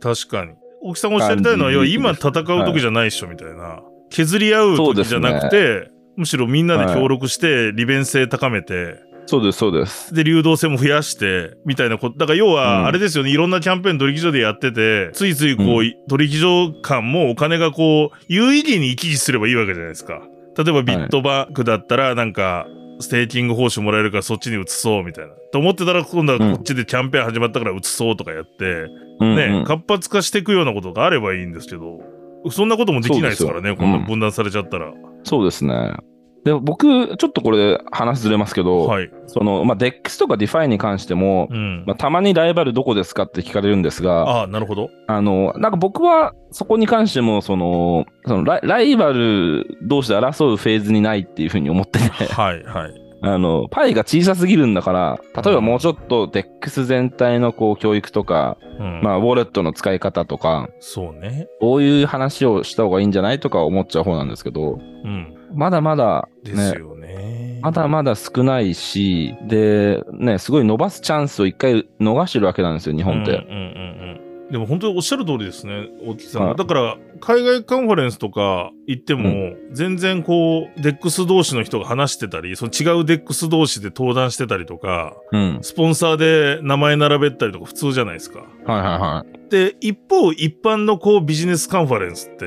S1: 確かに。大木さんがおっしゃりたいのは、要は
S2: 感じ
S1: 今戦う時じゃないっしょ、みたいな。削り合う時じゃなくて、むしろみんなで協力して、利便性高めて、
S2: そうです、そうです。
S1: で、流動性も増やして、みたいなこと。だから要
S2: う
S1: は、
S2: ん
S1: あれですよね、いろんなキャンペーン取引所でやってて、ついついこう、
S2: う
S1: 取引所間もお金がこう、有意義に行き来すればいいわけじゃないですか。例えばビットバンクだったら、なんか、ステーキング報酬もらえるからそっちに移そうみたいな。と思ってたら今度はこっちでキャンペーン始まったから移そうとかやって、
S2: うん
S1: ね、
S2: うん
S1: 活発化していくようなことがあればいいんですけど、そんなこともできないですからね、
S2: そうです
S1: こ
S2: よ
S1: んな
S2: うん
S1: 分断されちゃったら。
S2: そうですね。で、僕、ちょっとこれ話ずれますけど、
S1: はい。
S2: その、まあ、DEX とか DeFi に関しても、
S1: うん。
S2: まあ、たまにライバルどこですかって聞かれるんですが、
S1: ああ、なる ほど。
S2: あの、なんか僕はそこに関しても、その、そのライライバル同士で争うフェーズにないっていうふうに思ってて、
S1: はい、はい。
S2: あの、パイが小さすぎるんだから、例えばもうちょっと DEX 全体のこう教育とか、
S1: うん。
S2: まあ、ウォレットの使い方とか、
S1: そうね。
S2: こういう話をした方がいいんじゃないとか思っちゃう方なんですけど、
S1: うん。
S2: まだまだ、
S1: ですよね。
S2: まだまだ少ないし、で、ね、すごい伸ばすチャンスを一回逃してるわけなんですよ、日本って。
S1: うんうんうんうんでも本当におっしゃる通りですね、大木さんが。
S2: はい
S1: だから、海外カンファレンスとか行っても、
S2: う
S1: 全然こう、デックス同士の人が話してたり、その違うデックス同士で登壇してたりとか、
S2: うん。
S1: スポンサーで名前並べたりとか普通じゃないですか。
S2: はいはいはい。
S1: で、一方、一般のこう、ビジネスカンファレンスって、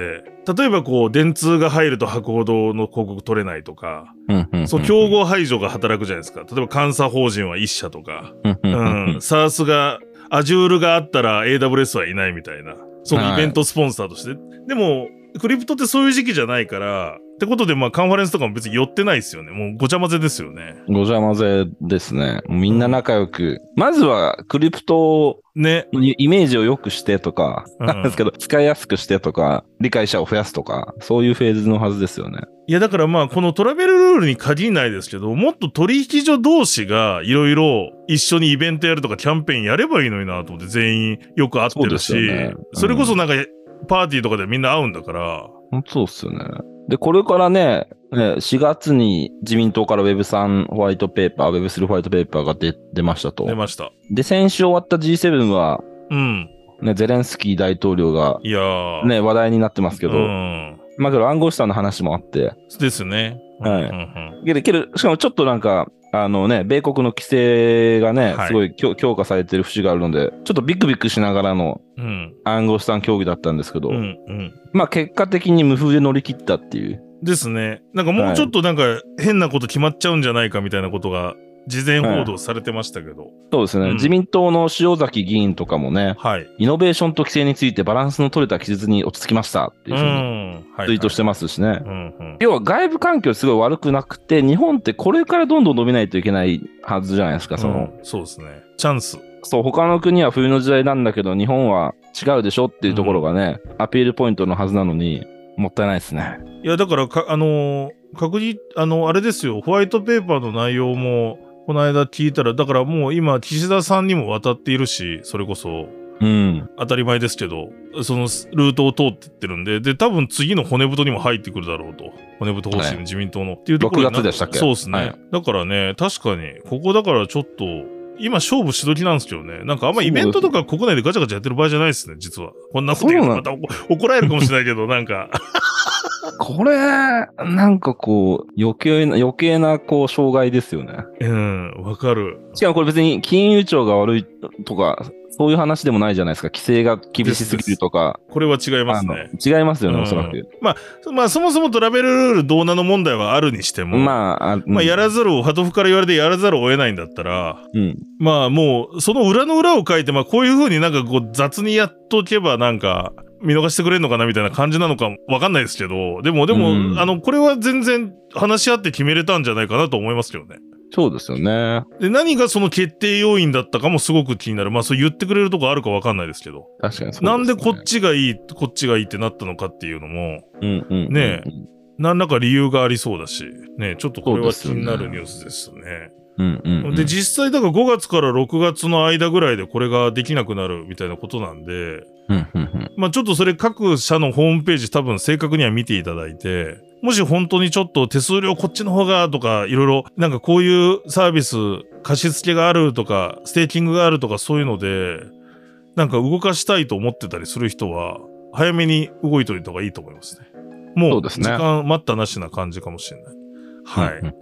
S1: 例えばこう、電通が入ると博報堂の広告取れないとか、
S2: うんうんうん
S1: そう、競合排除が働くじゃないですか。例えば、監査法人は一社とか、
S2: うんうんうんうん
S1: うん、サースが、アジュールがあったら AWS はいないみたいな、そのイベントスポンサーとして。でも、クリプトってそういう時期じゃないから、ってことで、まあ、カンファレンスとかも別に寄ってないですよね。もうごちゃ混ぜですよね。
S2: ごちゃ混ぜですね。みんな仲良く。まずは、クリプト
S1: ね。
S2: のイメージを良くしてとか、
S1: うん
S2: なんですけど、使いやすくしてとか、理解者を増やすとか、そういうフェーズのはずですよね。
S1: いや、だからまあ、このトラベルルールに限らないですけど、もっと取引所同士がいろいろ一緒にイベントやるとかキャンペーンやればいいのになと思って全員よく会ってるし、
S2: そ
S1: そ,、
S2: うですよねうん
S1: れこそなんか、パーティーとかでみんな会うんだから、
S2: 本当そうっすよね。で、これからね、ね4月に自民党から Web3 ホワイトペーパー、Web3 ホワイトペーパーが出出ましたと
S1: 出。ました。
S2: で、先週終わった G7 は、
S1: うん。
S2: ね、ゼレンスキー大統領が、
S1: いやー。
S2: ね、話題になってますけど、
S1: うん。
S2: まあけど暗号資産の話もあって、
S1: ですね。
S2: はい
S1: うんうん
S2: けど、けどしかもちょっとなんか、あのね、米国の規制がね、
S1: はい
S2: すごい強強化されてる節があるので、ちょっとビクビクしながらの
S1: うん。
S2: 暗号資産競技だったんですけど、
S1: うん。うん。
S2: まあ結果的に無風で乗り切ったっていう。
S1: ですね。なんかもうちょっとなんか変なこと決まっちゃうんじゃないかみたいなことが事前報道されてましたけど。
S2: そうですね、
S1: うん
S2: 自民党の塩崎議員とかもね、
S1: はい。
S2: イノベーションと規制についてバランスの取れた記述に落ち着きましたっていうふうに
S1: ん。はい
S2: ツイートして
S1: ま
S2: ますしね。
S1: す。うんうん。
S2: 要は外部環境すごい悪くなくて、日本ってこれからどんどん伸びないといけないはずじゃないですか、その、
S1: うんそうですね。チャンス。
S2: そう、他の国は冬の時代なんだけど、日本は違うでしょっていうところがね、アピールポイントのはずなのに、もったいないですね。
S1: いや、だからか、あのー確実、あの、あれですよ、ホワイトペーパーの内容も、この間聞いたら、だからもう今、岸田さんにも渡っているし、それこそ、
S2: うん。
S1: 当たり前ですけど、そのスルートを通ってってるんで、で、多分次の骨太にも入ってくるだろうと。骨太方針、
S2: はい
S1: 自民党の。っていうところにな
S2: 6月でしたっけ
S1: そうですね、
S2: はい
S1: だからね、確かに、ここだからちょっと、今勝負しどきなんですけどね。なんかあんまイベントとか国内でガチャガチャやってる場合じゃないですね、実は。こんなこと言うとまた怒怒られるかもしれないけど、なんか。
S2: これ、なんかこう、余計な、余計な、こう、障害ですよね。
S1: うん、わかる。
S2: しかもこれ別に金融庁が悪いとか、そういう話でもないじゃないですか。規制が厳しすぎるとか。
S1: これは違いま
S2: あ
S1: す
S2: の
S1: ね。
S2: 違いますよね、
S1: うん
S2: おそらく。
S1: まあ、まあ、そもそもトラベルルールどうなの問題はあるにしても、まあ、
S2: まあ、あ
S1: やらざるを、ハトフから言われてやらざるを得ないんだったら、
S2: うん。
S1: まあもう、その裏の裏を書いて、まあこういう風になんかこう雑にやっとけばなんか、見逃してくれるのかなみたいな感じなのかわかんないですけど、でも、でも、
S2: うん
S1: あの、これは全然話し合って決めれたんじゃないかなと思いますけどね。
S2: そうですよね。
S1: で、何がその決定要因だったかもすごく気になる。まあそう言ってくれるとこあるかわかんないですけど。
S2: 確かにそうすね
S1: なんでこっちがいい、こっちがいいってなったのかっていうのも、
S2: うんうんうんうん
S1: ねえ何らか理由がありそうだし、ね、ちょっとこれは気
S2: そうですよね
S1: になるニュースですね。
S2: うんうんうん
S1: で、実際だから5月から6月の間ぐらいでこれができなくなるみたいなことなんで、
S2: うんうんうん
S1: まあちょっとそれ各社のホームページ多分正確には見ていただいて、もし本当にちょっと手数料こっちの方がとか、いろいろ、なんかこういうサービス、貸し付けがあるとか、ステーキングがあるとかそういうので、なんか動かしたいと思ってたりする人は、早めに動いといた方がいいと思いますね。も、
S2: そううです
S1: 時
S2: ね
S1: 間待ったなしな感じかもしれない。はい。
S2: うんうん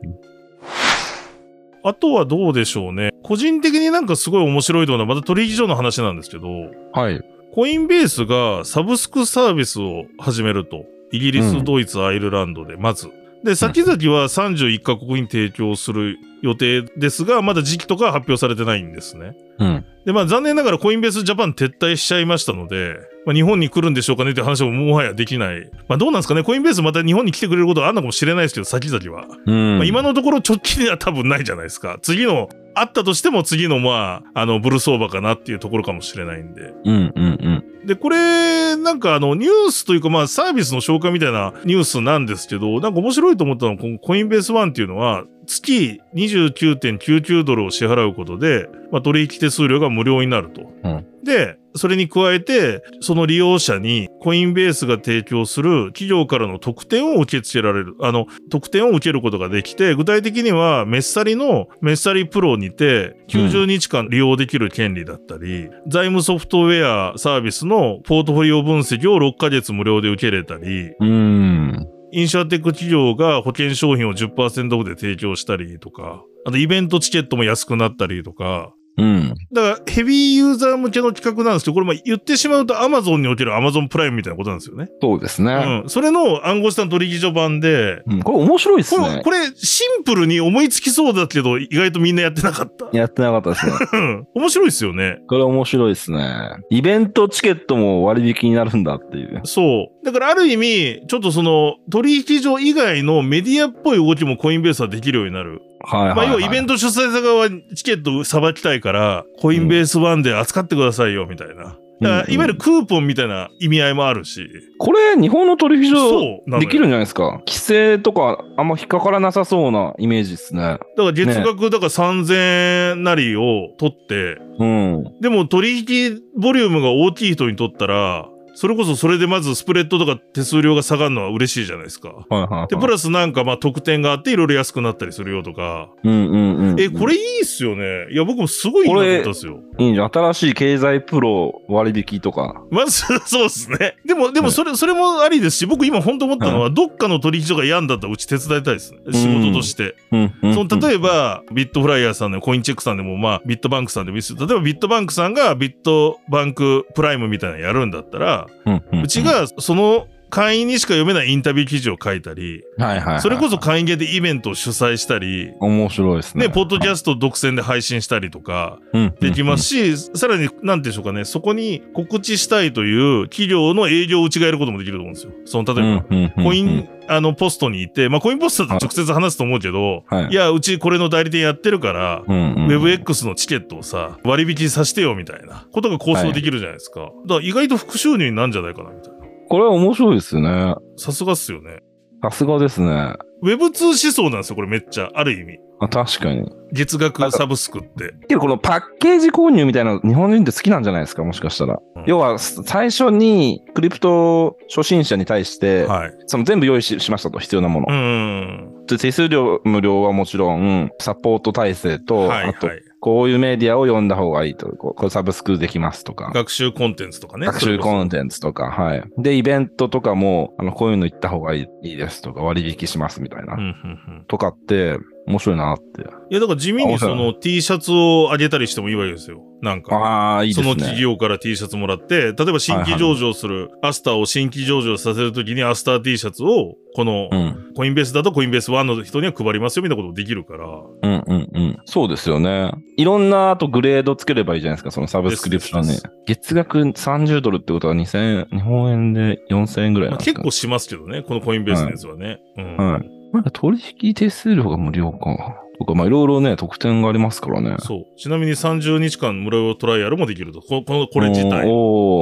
S1: あとはどうでしょうね。個人的になんかすごい面白いのは、また取引所の話なんですけど、
S2: はい。
S1: コインベースがサブスクサービスを始めると。イギリス、
S2: うん
S1: ドイツ、アイルランドで、まず。で、先々は31カ国に提供する予定ですが、まだ時期とかは発表されてないんですね。
S2: うん。
S1: で、まあ残念ながらコインベースジャパン撤退しちゃいましたので、まあ日本に来るんでしょうかねって話ももはやできない。まあどうなんですかね、コインベースまた日本に来てくれることはあんのかもしれないですけど、先々は。
S2: うん
S1: まあ、今のところ直近では多分ないじゃないですか。次の、あったとしても次のまあ、あの、ブル相場かなっていうところかもしれないんで。
S2: うんうんうん。
S1: で、これ、なんかあの、ニュースというか、まあ、サービスの紹介みたいなニュースなんですけど、なんか面白いと思ったのは、このコインベースワンっていうのは、月29.99ドルを支払うことで、まあ、取引手数料が無料になると。
S2: うん
S1: で、それに加えて、その利用者に、コインベースが提供する企業からの特典を受け付けられる、あの、特典を受けることができて、具体的には、メッサリの、メッサリプロにて、90日間利用できる権利だったり、財務ソフトウェアサービスのポートフォリオ分析を6ヶ月無料で受けれたり、
S2: うん。
S1: インシュアテック企業が保険商品を10%オフで提供したりとか、あとイベントチケットも安くなったりとか、
S2: うん。
S1: だからヘビーユーザー向けの企画なんですけど、これまあ言ってしまうと Amazon における Amazon プライムみたいなことなんですよね。
S2: そうですね。
S1: うん。それの暗号資産取引所版で、
S2: うん。これ面白いです
S1: これ、
S2: ね。
S1: これシンプルに思いつきそうだけど、意外とみんなやってなかった。
S2: やってなかったですね。
S1: うん。 面白いですよね。
S2: これ面白いですね。イベントチケットも割引になるんだっていう。
S1: そう。だからある意味、ちょっとその、取引所以外のメディアっぽい動きもコインベースはできるようになる。
S2: はいは
S1: ま
S2: い、は
S1: あ、
S2: い。
S1: 要はイベント主催者側はチケットさばきたいから、コインベースワンで扱ってくださいよ、みたいな。だからいわゆるクーポンみたいな意味合いもあるし。
S2: これ、日本の取引所
S1: そうなのよ
S2: できるんじゃないですか。規制とかあんま引っかからなさそうなイメージですね。
S1: だから月額だから3000円なりを取って、
S2: うん。
S1: でも取引ボリュームが大きい人にとったら、それこそそれでまずスプレッドとか手数料が下がるのは嬉しいじゃないですか。
S2: はいはい、はい。
S1: で、プラスなんかまあ特典があっていろいろ安くなったりするよとか。
S2: うんうんうん。
S1: え、これいいっすよね。いや、僕もすごいいいなと思ったんですよ。
S2: いいんじゃん。新しい経済プロ割引とか。
S1: まず、そうですね。でも、でも、
S2: はい
S1: それ、それもありですし、僕今本当思ったのは、どっかの取引所が病んだったらうち手伝いたいですね。仕事として。
S2: うん、うん。
S1: その、
S2: え
S1: 例えば、ビットフライヤーさんでも、コインチェックさんでも、まあ、ビットバンクさんでもいいですよ例えば、ビットバンクさんがビットバンクプライムみたいなのやるんだったら、
S2: ば、うんん
S1: うち、がその会員にしか読めないインタビュー記事を書いたり、
S2: はいはいはい
S1: それこそ会員限定イベントを主催したり、
S2: 面白いですね。
S1: ね、ポッドキャスト独占で配信したりとか、
S2: うん
S1: できますし、さらに、なんていうんでしょうかね、そこに告知したいという企業の営業をうちがやることもできると思うんですよ。その、
S2: う
S1: 例
S2: ん
S1: えば、
S2: うんうんうん
S1: コイン、あの、ポストにいて、まあ、コインポストだと直接話すと思うけど、
S2: はい
S1: いや、うちこれの代理店やってるから、
S2: うんうん、
S1: WebX のチケットをさ、割引させてよみたいなことが構想できるじゃないですか。だから意外と副収入になるんじゃないかな、みたいな。
S2: これは面白いですよね。
S1: さすがっすよね。
S2: さすがですね。あ
S1: Web2 思想なんですよ、これめっちゃ。ある意味。
S2: 確かに。
S1: 月額サブスクって。
S2: けどこのパッケージ購入みたいなの日本人って好きなんじゃないですかもしかしたら。
S1: うん
S2: 要は最初にクリプト初心者に対して、
S1: はい。
S2: その全部用意ししましたと必要なもの
S1: う。ん。
S2: で手数料無料はもちろんサポート体制と、
S1: はい
S2: あと
S1: はい。
S2: こういうメディアを読んだ方がいいとこうこれサブスクできますとか。
S1: 学習コンテンツとかね。
S2: 学習コ
S1: ン
S2: ンテンツとか、はい。で、イベントとかも、あの、こういうの行った方がいいいいですとか、割引しますみたいな。
S1: テンツ。うんうんうん
S2: とかって、面白いなって。
S1: いや、だから地味
S2: あ
S1: に
S2: そう
S1: そ
S2: なの
S1: の T シャツをあげたりしてもいいわけですよ。なんか。
S2: ああ、いいです
S1: その
S2: ね。
S1: 企業から T シャツもらって、例えば新規上場する、アスターを新規上場させるときにアスター T シャツを、この
S2: うん。
S1: コインベースだとコインベース1の人には配りますよみたいなこともできるから。
S2: うんうんうん。そうですよね。いろんな、あとグレードつければいいじゃないですか、そのサブスクリプション
S1: で
S2: ね
S1: すで。
S2: 月額30ドルってことは2000円、日本円で4000円ぐらい
S1: ま
S2: な
S1: あ、
S2: んです
S1: 結
S2: か、
S1: 構しますけどね、このコインベースのやつはね。うん
S2: はい。なんか取引手数料が無料か。とか、まあいろいろね、特典がありますからね。
S1: そう。ちなみに30日間無料トライアルもできると。ここの、これ自体。で
S2: おー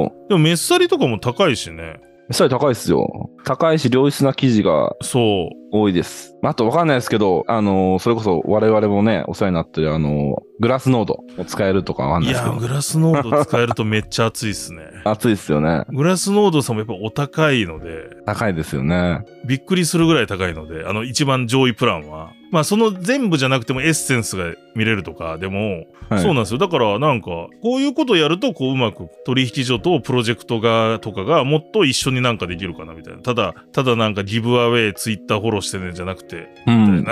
S2: おー。
S1: もメッサリとかも高いしね。
S2: それ高いですよ。高いし、良質な記事が
S1: そう。
S2: 多いです。あとわかんないですけど、あのーそれこそ我々もね、お世話になってる、あのーグラスノードを使えるとかわかん
S1: い
S2: ないです
S1: や
S2: け
S1: ー、グラスノード使えるとめっちゃ熱いっ すね。
S2: ど。熱いですよね。
S1: グラスノードさんもやっぱお高いので、
S2: 高いですよね。
S1: びっくりするぐらい高いので、あの一番上位プランは。まあその全部じゃなくてもエッセンスが見れるとか、でも、
S2: はい、
S1: そうなんですよ。だからなんか、こういうことをやると、こううまく取引所とプロジェクトがとかがもっと一緒になんかできるかなみたいな。ただ、ただなんかギブアウェイ、ツイッターフォローしてねじゃなくて、
S2: うん。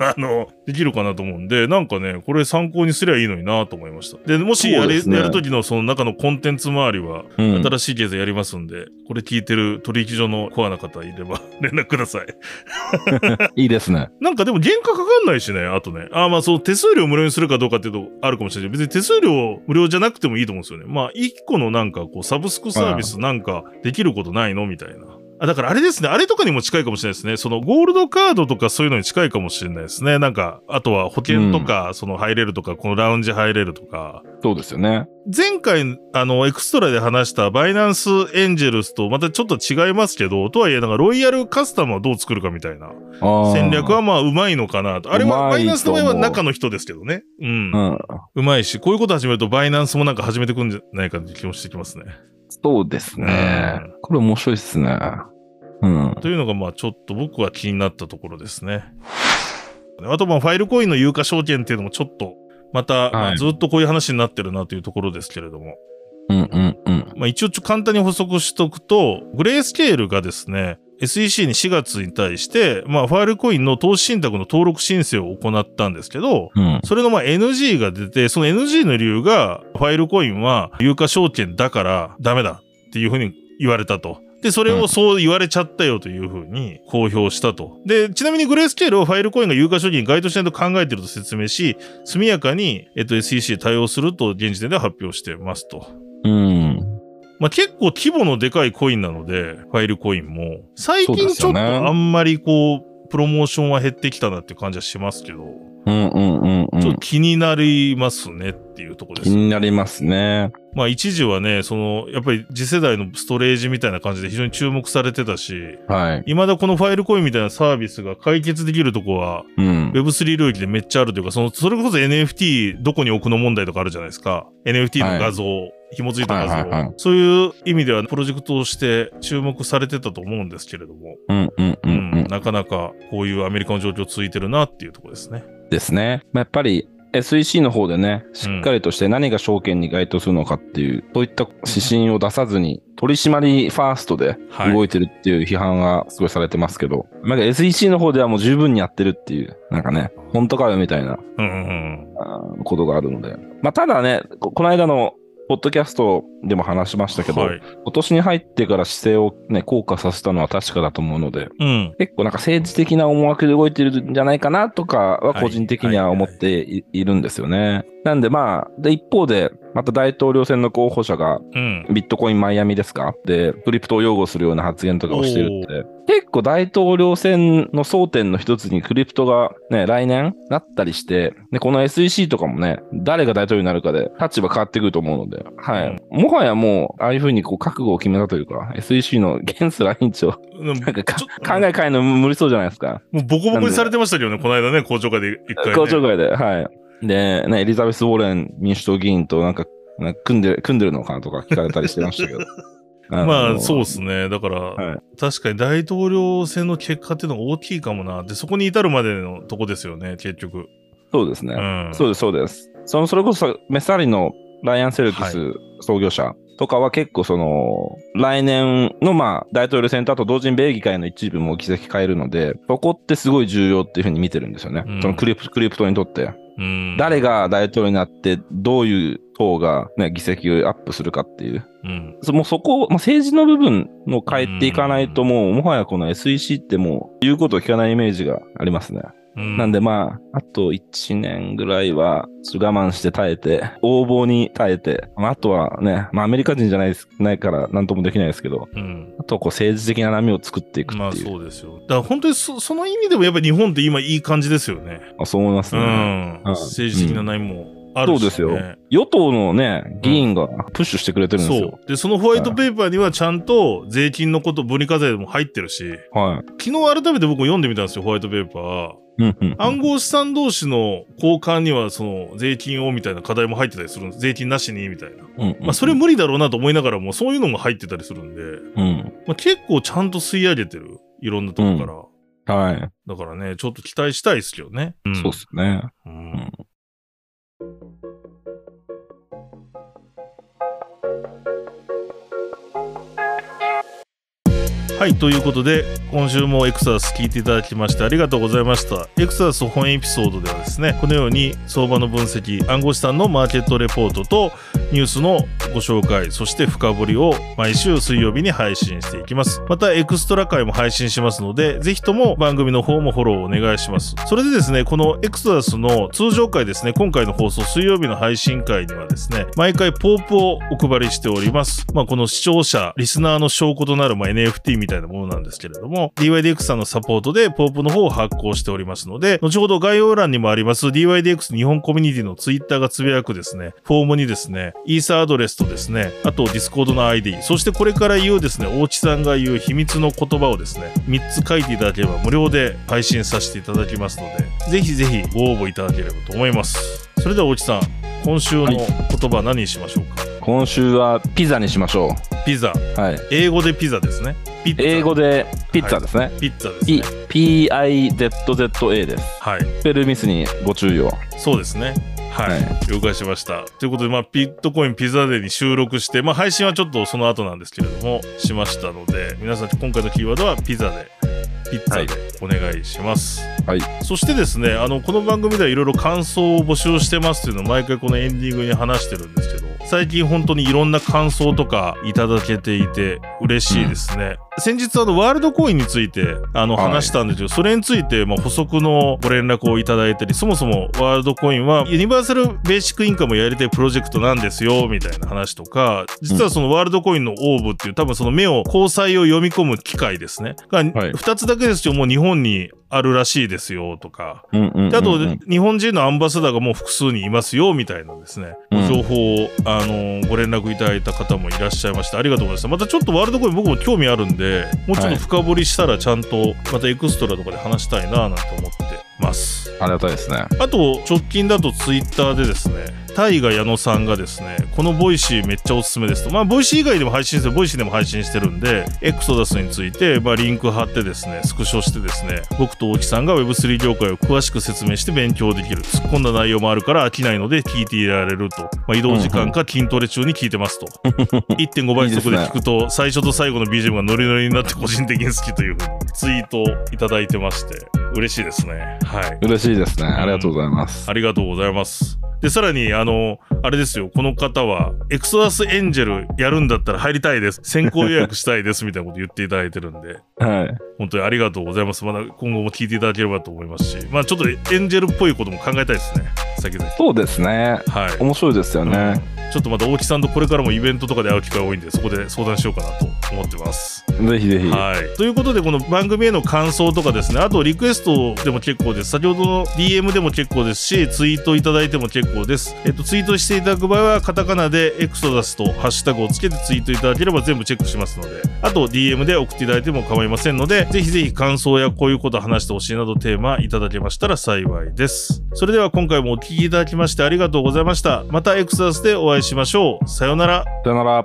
S1: あの、できるかなと思うんで、なんかね、これ参考にすりゃいいのになと思いました。で、もしや
S2: そうで
S1: れ、
S2: すね
S1: やるときのその中のコンテンツ周りは、
S2: うん
S1: 新しいケースやりますんで、これ聞いてる取引所のコアな方いれば 連絡ください。
S2: いいですね。
S1: なんかでも原価かかんないしね、あとね。あーまあその手数料無料にするかどうかっていうとあるかもしれないけど別に手数料無料じゃなくてもいいと思うんですよね。まあ一個のなんかこうサブスクサービスなんかできることないのみたいな。あ、だからあれですね。あれとかにも近いかもしれないですね。そのゴールドカードとかそういうのに近いかもしれないですね。なんか、あとは保険とか、その入れるとか、このラウンジ入れるとか、
S2: そうですよね。
S1: 前回、あの、エクストラで話したバイナンスエンジェルスとまたちょっと違いますけど、とはいえ、なんかロイヤルカスタムはどう作るかみたいな
S2: あー
S1: 戦略はまあうまいのかなと。あれ
S2: う
S1: は、
S2: まいと思う
S1: バイナンスの場合は中の人ですけどね。うん。う
S2: うん。
S1: まいし、こういうこと始めるとバイナンスもなんか始めてくんじゃないかって気もしてきますね。
S2: そうですね
S1: う。
S2: これ面白いですね。うん。
S1: というのがまあちょっと僕は気になったところですね。あとまあファイルコインの有価証券っていうのもちょっと、また、まあずっとこういう話になってるなというところですけれども。
S2: うんうんうん。
S1: まあ、一応ちょ簡単に補足しとくと、グレースケールがですね、SEC に4月に対して、まあ、ファイルコインの投資信託の登録申請を行ったんですけど、
S2: うん。
S1: それのまあ NG が出て、その NG の理由が、ファイルコインは有価証券だからダメだっていうふうに言われたと。で、それ
S2: う
S1: を
S2: ん
S1: そう言われちゃったよというふうに公表したと。で、ちなみにグレースケールをファイルコインが有価証券に該当しないと考えていると説明し、速やかに、えっと、SEC で対応すると現時点では発表してますと。
S2: うん。
S1: まあ、結構規模のでかいコインなので、ファイルコインも。最
S2: そう
S1: 近
S2: です
S1: ちょ
S2: よ
S1: っと
S2: ね
S1: あんまりこう、プロモーションは減ってきたなっていう感じはしますけど、
S2: うんうんうんう
S1: ちょっと。
S2: ん
S1: 気になりますねっていうところで
S2: 気
S1: す。
S2: になりますね。
S1: まあ一時はね、その、やっぱり次世代のストレージみたいな感じで非常に注目されてたし、
S2: はい。
S1: 未だこのファイルコインみたいなサービスが解決できるとこは
S2: うん
S1: Web3 領域でめっちゃあるというか、その、それこそ NFT どこに置くの問題とかあるじゃないですか。NFT の画像、紐付いた画像、
S2: はいはいはい
S1: そういう意味ではプロジェクトとして注目されてたと思うんですけれども、
S2: うんうんう
S1: うん
S2: うん。
S1: なかなかこういうアメリカの状況続いてるなっていうところですね。
S2: ですね。まあ、やっぱり SEC の方でね、しっかりとして何が証券に該当するのかっていう、そういった指針を出さずに、取締りファーストで
S1: はい
S2: 動いてるっていう批判がすごいされてますけど、なんか SEC の方ではもう十分にやってるっていう、なんかね、本当かよみたいな
S1: うんうん
S2: あーことがあるので。まあ、ただね、ここの間のポッドキャストでも話しましたけど、
S1: はい。
S2: 今年に入ってから姿勢をね、硬化させたのは確かだと思うので、
S1: うん。
S2: 結構なんか政治的な思惑で動いてるんじゃないかなとかは個人的には思ってい,、るんですよね。なんでまあ、で、一方で、また大統領選の候補者が
S1: うん。
S2: ビットコインマイアミですかで、クリプトを擁護するような発言とかをしてるって、結構大統領選の争点の一つにクリプトがね、来年なったりして、で、この SEC とかもね、誰が大統領になるかで立場変わってくると思うので、はい。もはやもう、ああいうふうにこう覚悟を決めたというか、SEC の 現スラ委員長、
S1: なん
S2: なんかか
S1: ちょ
S2: 考え変えるの無理そうじゃないですか。
S1: もうボコボコにされてましたけどね、この間ね、公聴会で一回、ね。
S2: 公聴会で、はい。で、ね、エリザベス・ウォーレン民主党議員となんか、なんか組んでる、組んでるのかなとか聞かれたりしてましたけ ど。
S1: まあ、そう
S2: う
S1: ですね。だから、
S2: はい
S1: 確かに大統領選の結果っていうのが大きいかもな。で、そこに至るまでのとこですよね、結局。
S2: そうですね。
S1: うん。
S2: そうです、そうです。その、それこそ、メサリのライアン・セルキス創業者とかは結構その、来年のまあ大統領選とあと同時に米議会の一部も議席変えるので、そこってすごい重要っていうふうに見てるんですよね。
S1: うん
S2: そのクリプクリプトにとって。
S1: うん
S2: 誰が大統領になって、どういう党が、ね、議席をアップするかっていう。
S1: うん
S2: そもうそこを、まあ、政治の部分を変えていかないと、もう、もはやこの SEC ってもう、言うことを聞かないイメージがありますね。
S1: うん
S2: なんでまあ、あと1年ぐらいは、ちょっと我慢して耐えて、横暴に耐えて、まあ、あとはね、まあ、アメリカ人じゃないですないから、なんともできないですけど、
S1: うん
S2: あとはこう、政治的な波を作っていくっていう。
S1: まあ
S2: そう
S1: そうですよ。だから本当にそその意味でもやっぱり日本って今いい感じですよね。
S2: そう思います
S1: う
S2: ね。
S1: ん。
S2: うん
S1: 政治的な悩みもあるし、ね
S2: そうですよ与党のね、議員がプッシュしてくれてるんです
S1: そ
S2: よ。
S1: う。で、そのホワイトペーパーにはちゃんと税金のこと、分離課税も入ってるし、
S2: はい。
S1: 昨日改めて僕も読んでみたんですよ、ホワイトペーパー。
S2: うんうん、
S1: 暗号資産同士の交換には、その、税金をみたいな課題も入ってたりするんです。税金なしにみたいな。
S2: うんうん
S1: まあ、それ無理だろうなと思いながらも、そういうのも入ってたりするんで、
S2: うん。
S1: まあ、結構ちゃんと吸い上げてる。いろんなとこから。
S2: はい。
S1: だからね、ちょっと期待したいですけどね。うん
S2: そうっすね。
S1: うんはい、ということで、今週もエクサス聞いていただきましてありがとうございました。エクサス本エピソードではですね、このように相場の分析、暗号資産のマーケットレポートとニュースのご紹介、そして深掘りを毎週水曜日に配信していきます。またエクストラ回も配信しますので、ぜひとも番組の方もフォローお願いします。それでですね、このエクサスの通常回ですね、今回の放送水曜日の配信会にはですね、毎回ポープをお配りしております。まあ、この視聴者、リスナーの証拠となる、まあ、NFT みたいなものなんですけれども、DYDX さんのサポートでポープの方を発行しておりますので、後ほど概要欄にもあります DYDX 日本コミュニティのツイッターがつぶやくですね、フォームにですね、イーサアドレスとですね、あとディスコードの ID、そしてこれから言うですね、大地さんが言う秘密の言葉をですね、3つ書いていただければ無料で配信させていただきますので、ぜひぜひご応募いただければと思います。それでは大地さん、今週の
S2: はい
S1: 言葉何にしましょうか、
S2: 今週はピザにしましょ
S1: ピザ。
S2: う。はい。
S1: 英語でピザですね。ピッツァ
S2: 英語でピッツァですね。
S1: ピッツァですね
S2: P。PIZZA です。
S1: はい。
S2: スペルミスにご注意を。
S1: そうですね。はい、
S2: は
S1: 了解しました。ということで、まあ、ビットコインピザデーに収録して、まあ、配信はちょっとその後なんですけれども、しましたので、皆さん、今回のキーワードはピザで、ピッツァでお願いします。
S2: はい
S1: そしてですね、あの、この番組ではいろいろ感想を募集してますというのを毎回このエンディングに話してるんですけど、最近本当にいろんな感想とかいただけていて嬉しいですね。先日あのワールドコインについてあの
S2: はい
S1: 話したんですけど、それについてまあ補足のご連絡をいただいたり、そもそもワールドコインはユニバーサルベーシックインカムをやりたいプロジェクトなんですよみたいな話とか、実はそのワールドコインのオーブっていう多分その目を交際を読み込む機械ですね。が
S2: はい
S1: 2つだけですよ、もう日本にあるらしいですよとか、
S2: うんうんうんうん
S1: であと、日本人のアンバサダーがもう複数にいますよみたいなですね、
S2: うん
S1: 情報を、あのーご連絡いただいた方もいらっしゃいましてありがとうございますまたちょっとワールドコイン僕も興味あるんでもうちょっと深掘りしたらちゃんとまたエクストラとかで話したいなぁなんて思ってます
S2: ありがたいですね。
S1: あと直近だとツイッターでですねタイガ矢野さんがですねこのボイシーめっちゃおすすめですとまあボイシー以外でも配信してるボイシーでも配信してるんでエクソダスについて、まあ、リンク貼ってですねスクショしてですね僕と大木さんが Web3 業界を詳しく説明して勉強できる突っ込んだ内容もあるから飽きないので聞いていられると、まあ、移動時間か筋トレ中に聞いてますと1.5倍速で聞くと最初と最後の BGM がノリノリになって個人的に好きというふうにツイートをいただいてまして嬉しいですねはい
S2: 嬉しいですね。ありがとうございます。
S1: ありがとうございます。で、さらに、あの、あれですよ、この方は、エクソダスエンジェルやるんだったら入りたいです。先行予約したいです、みたいなこと言っていただいてるんで、
S2: はい。
S1: 本当にありがとうございます。まだ今後も聞いていただければと思いますし、まあちょっとエンジェルっぽいことも考えたいですね、先々。
S2: そうですね。
S1: はい。
S2: 面白いですよね。
S1: ちょっとまた大木さんとこれからもイベントとかで会う機会多いんで、そこで相談しようかなと思ってます。
S2: ぜひぜひ。
S1: はい、ということでこの番組への感想とかですねあとリクエストでも結構です先ほどの DM でも結構ですしツイートいただいても結構です、えっと、ツイートしていただく場合はカタカナでエクソダスとハッシュタグをつけてツイートいただければ全部チェックしますのであと DM で送っていただいても構いませんのでぜひぜひ感想やこういうこと話してほしいなどテーマいただけましたら幸いですそれでは今回もお聞きいただきましてありがとうございましたまたエクソダスでお会いしましょうさようなら
S2: さよなら。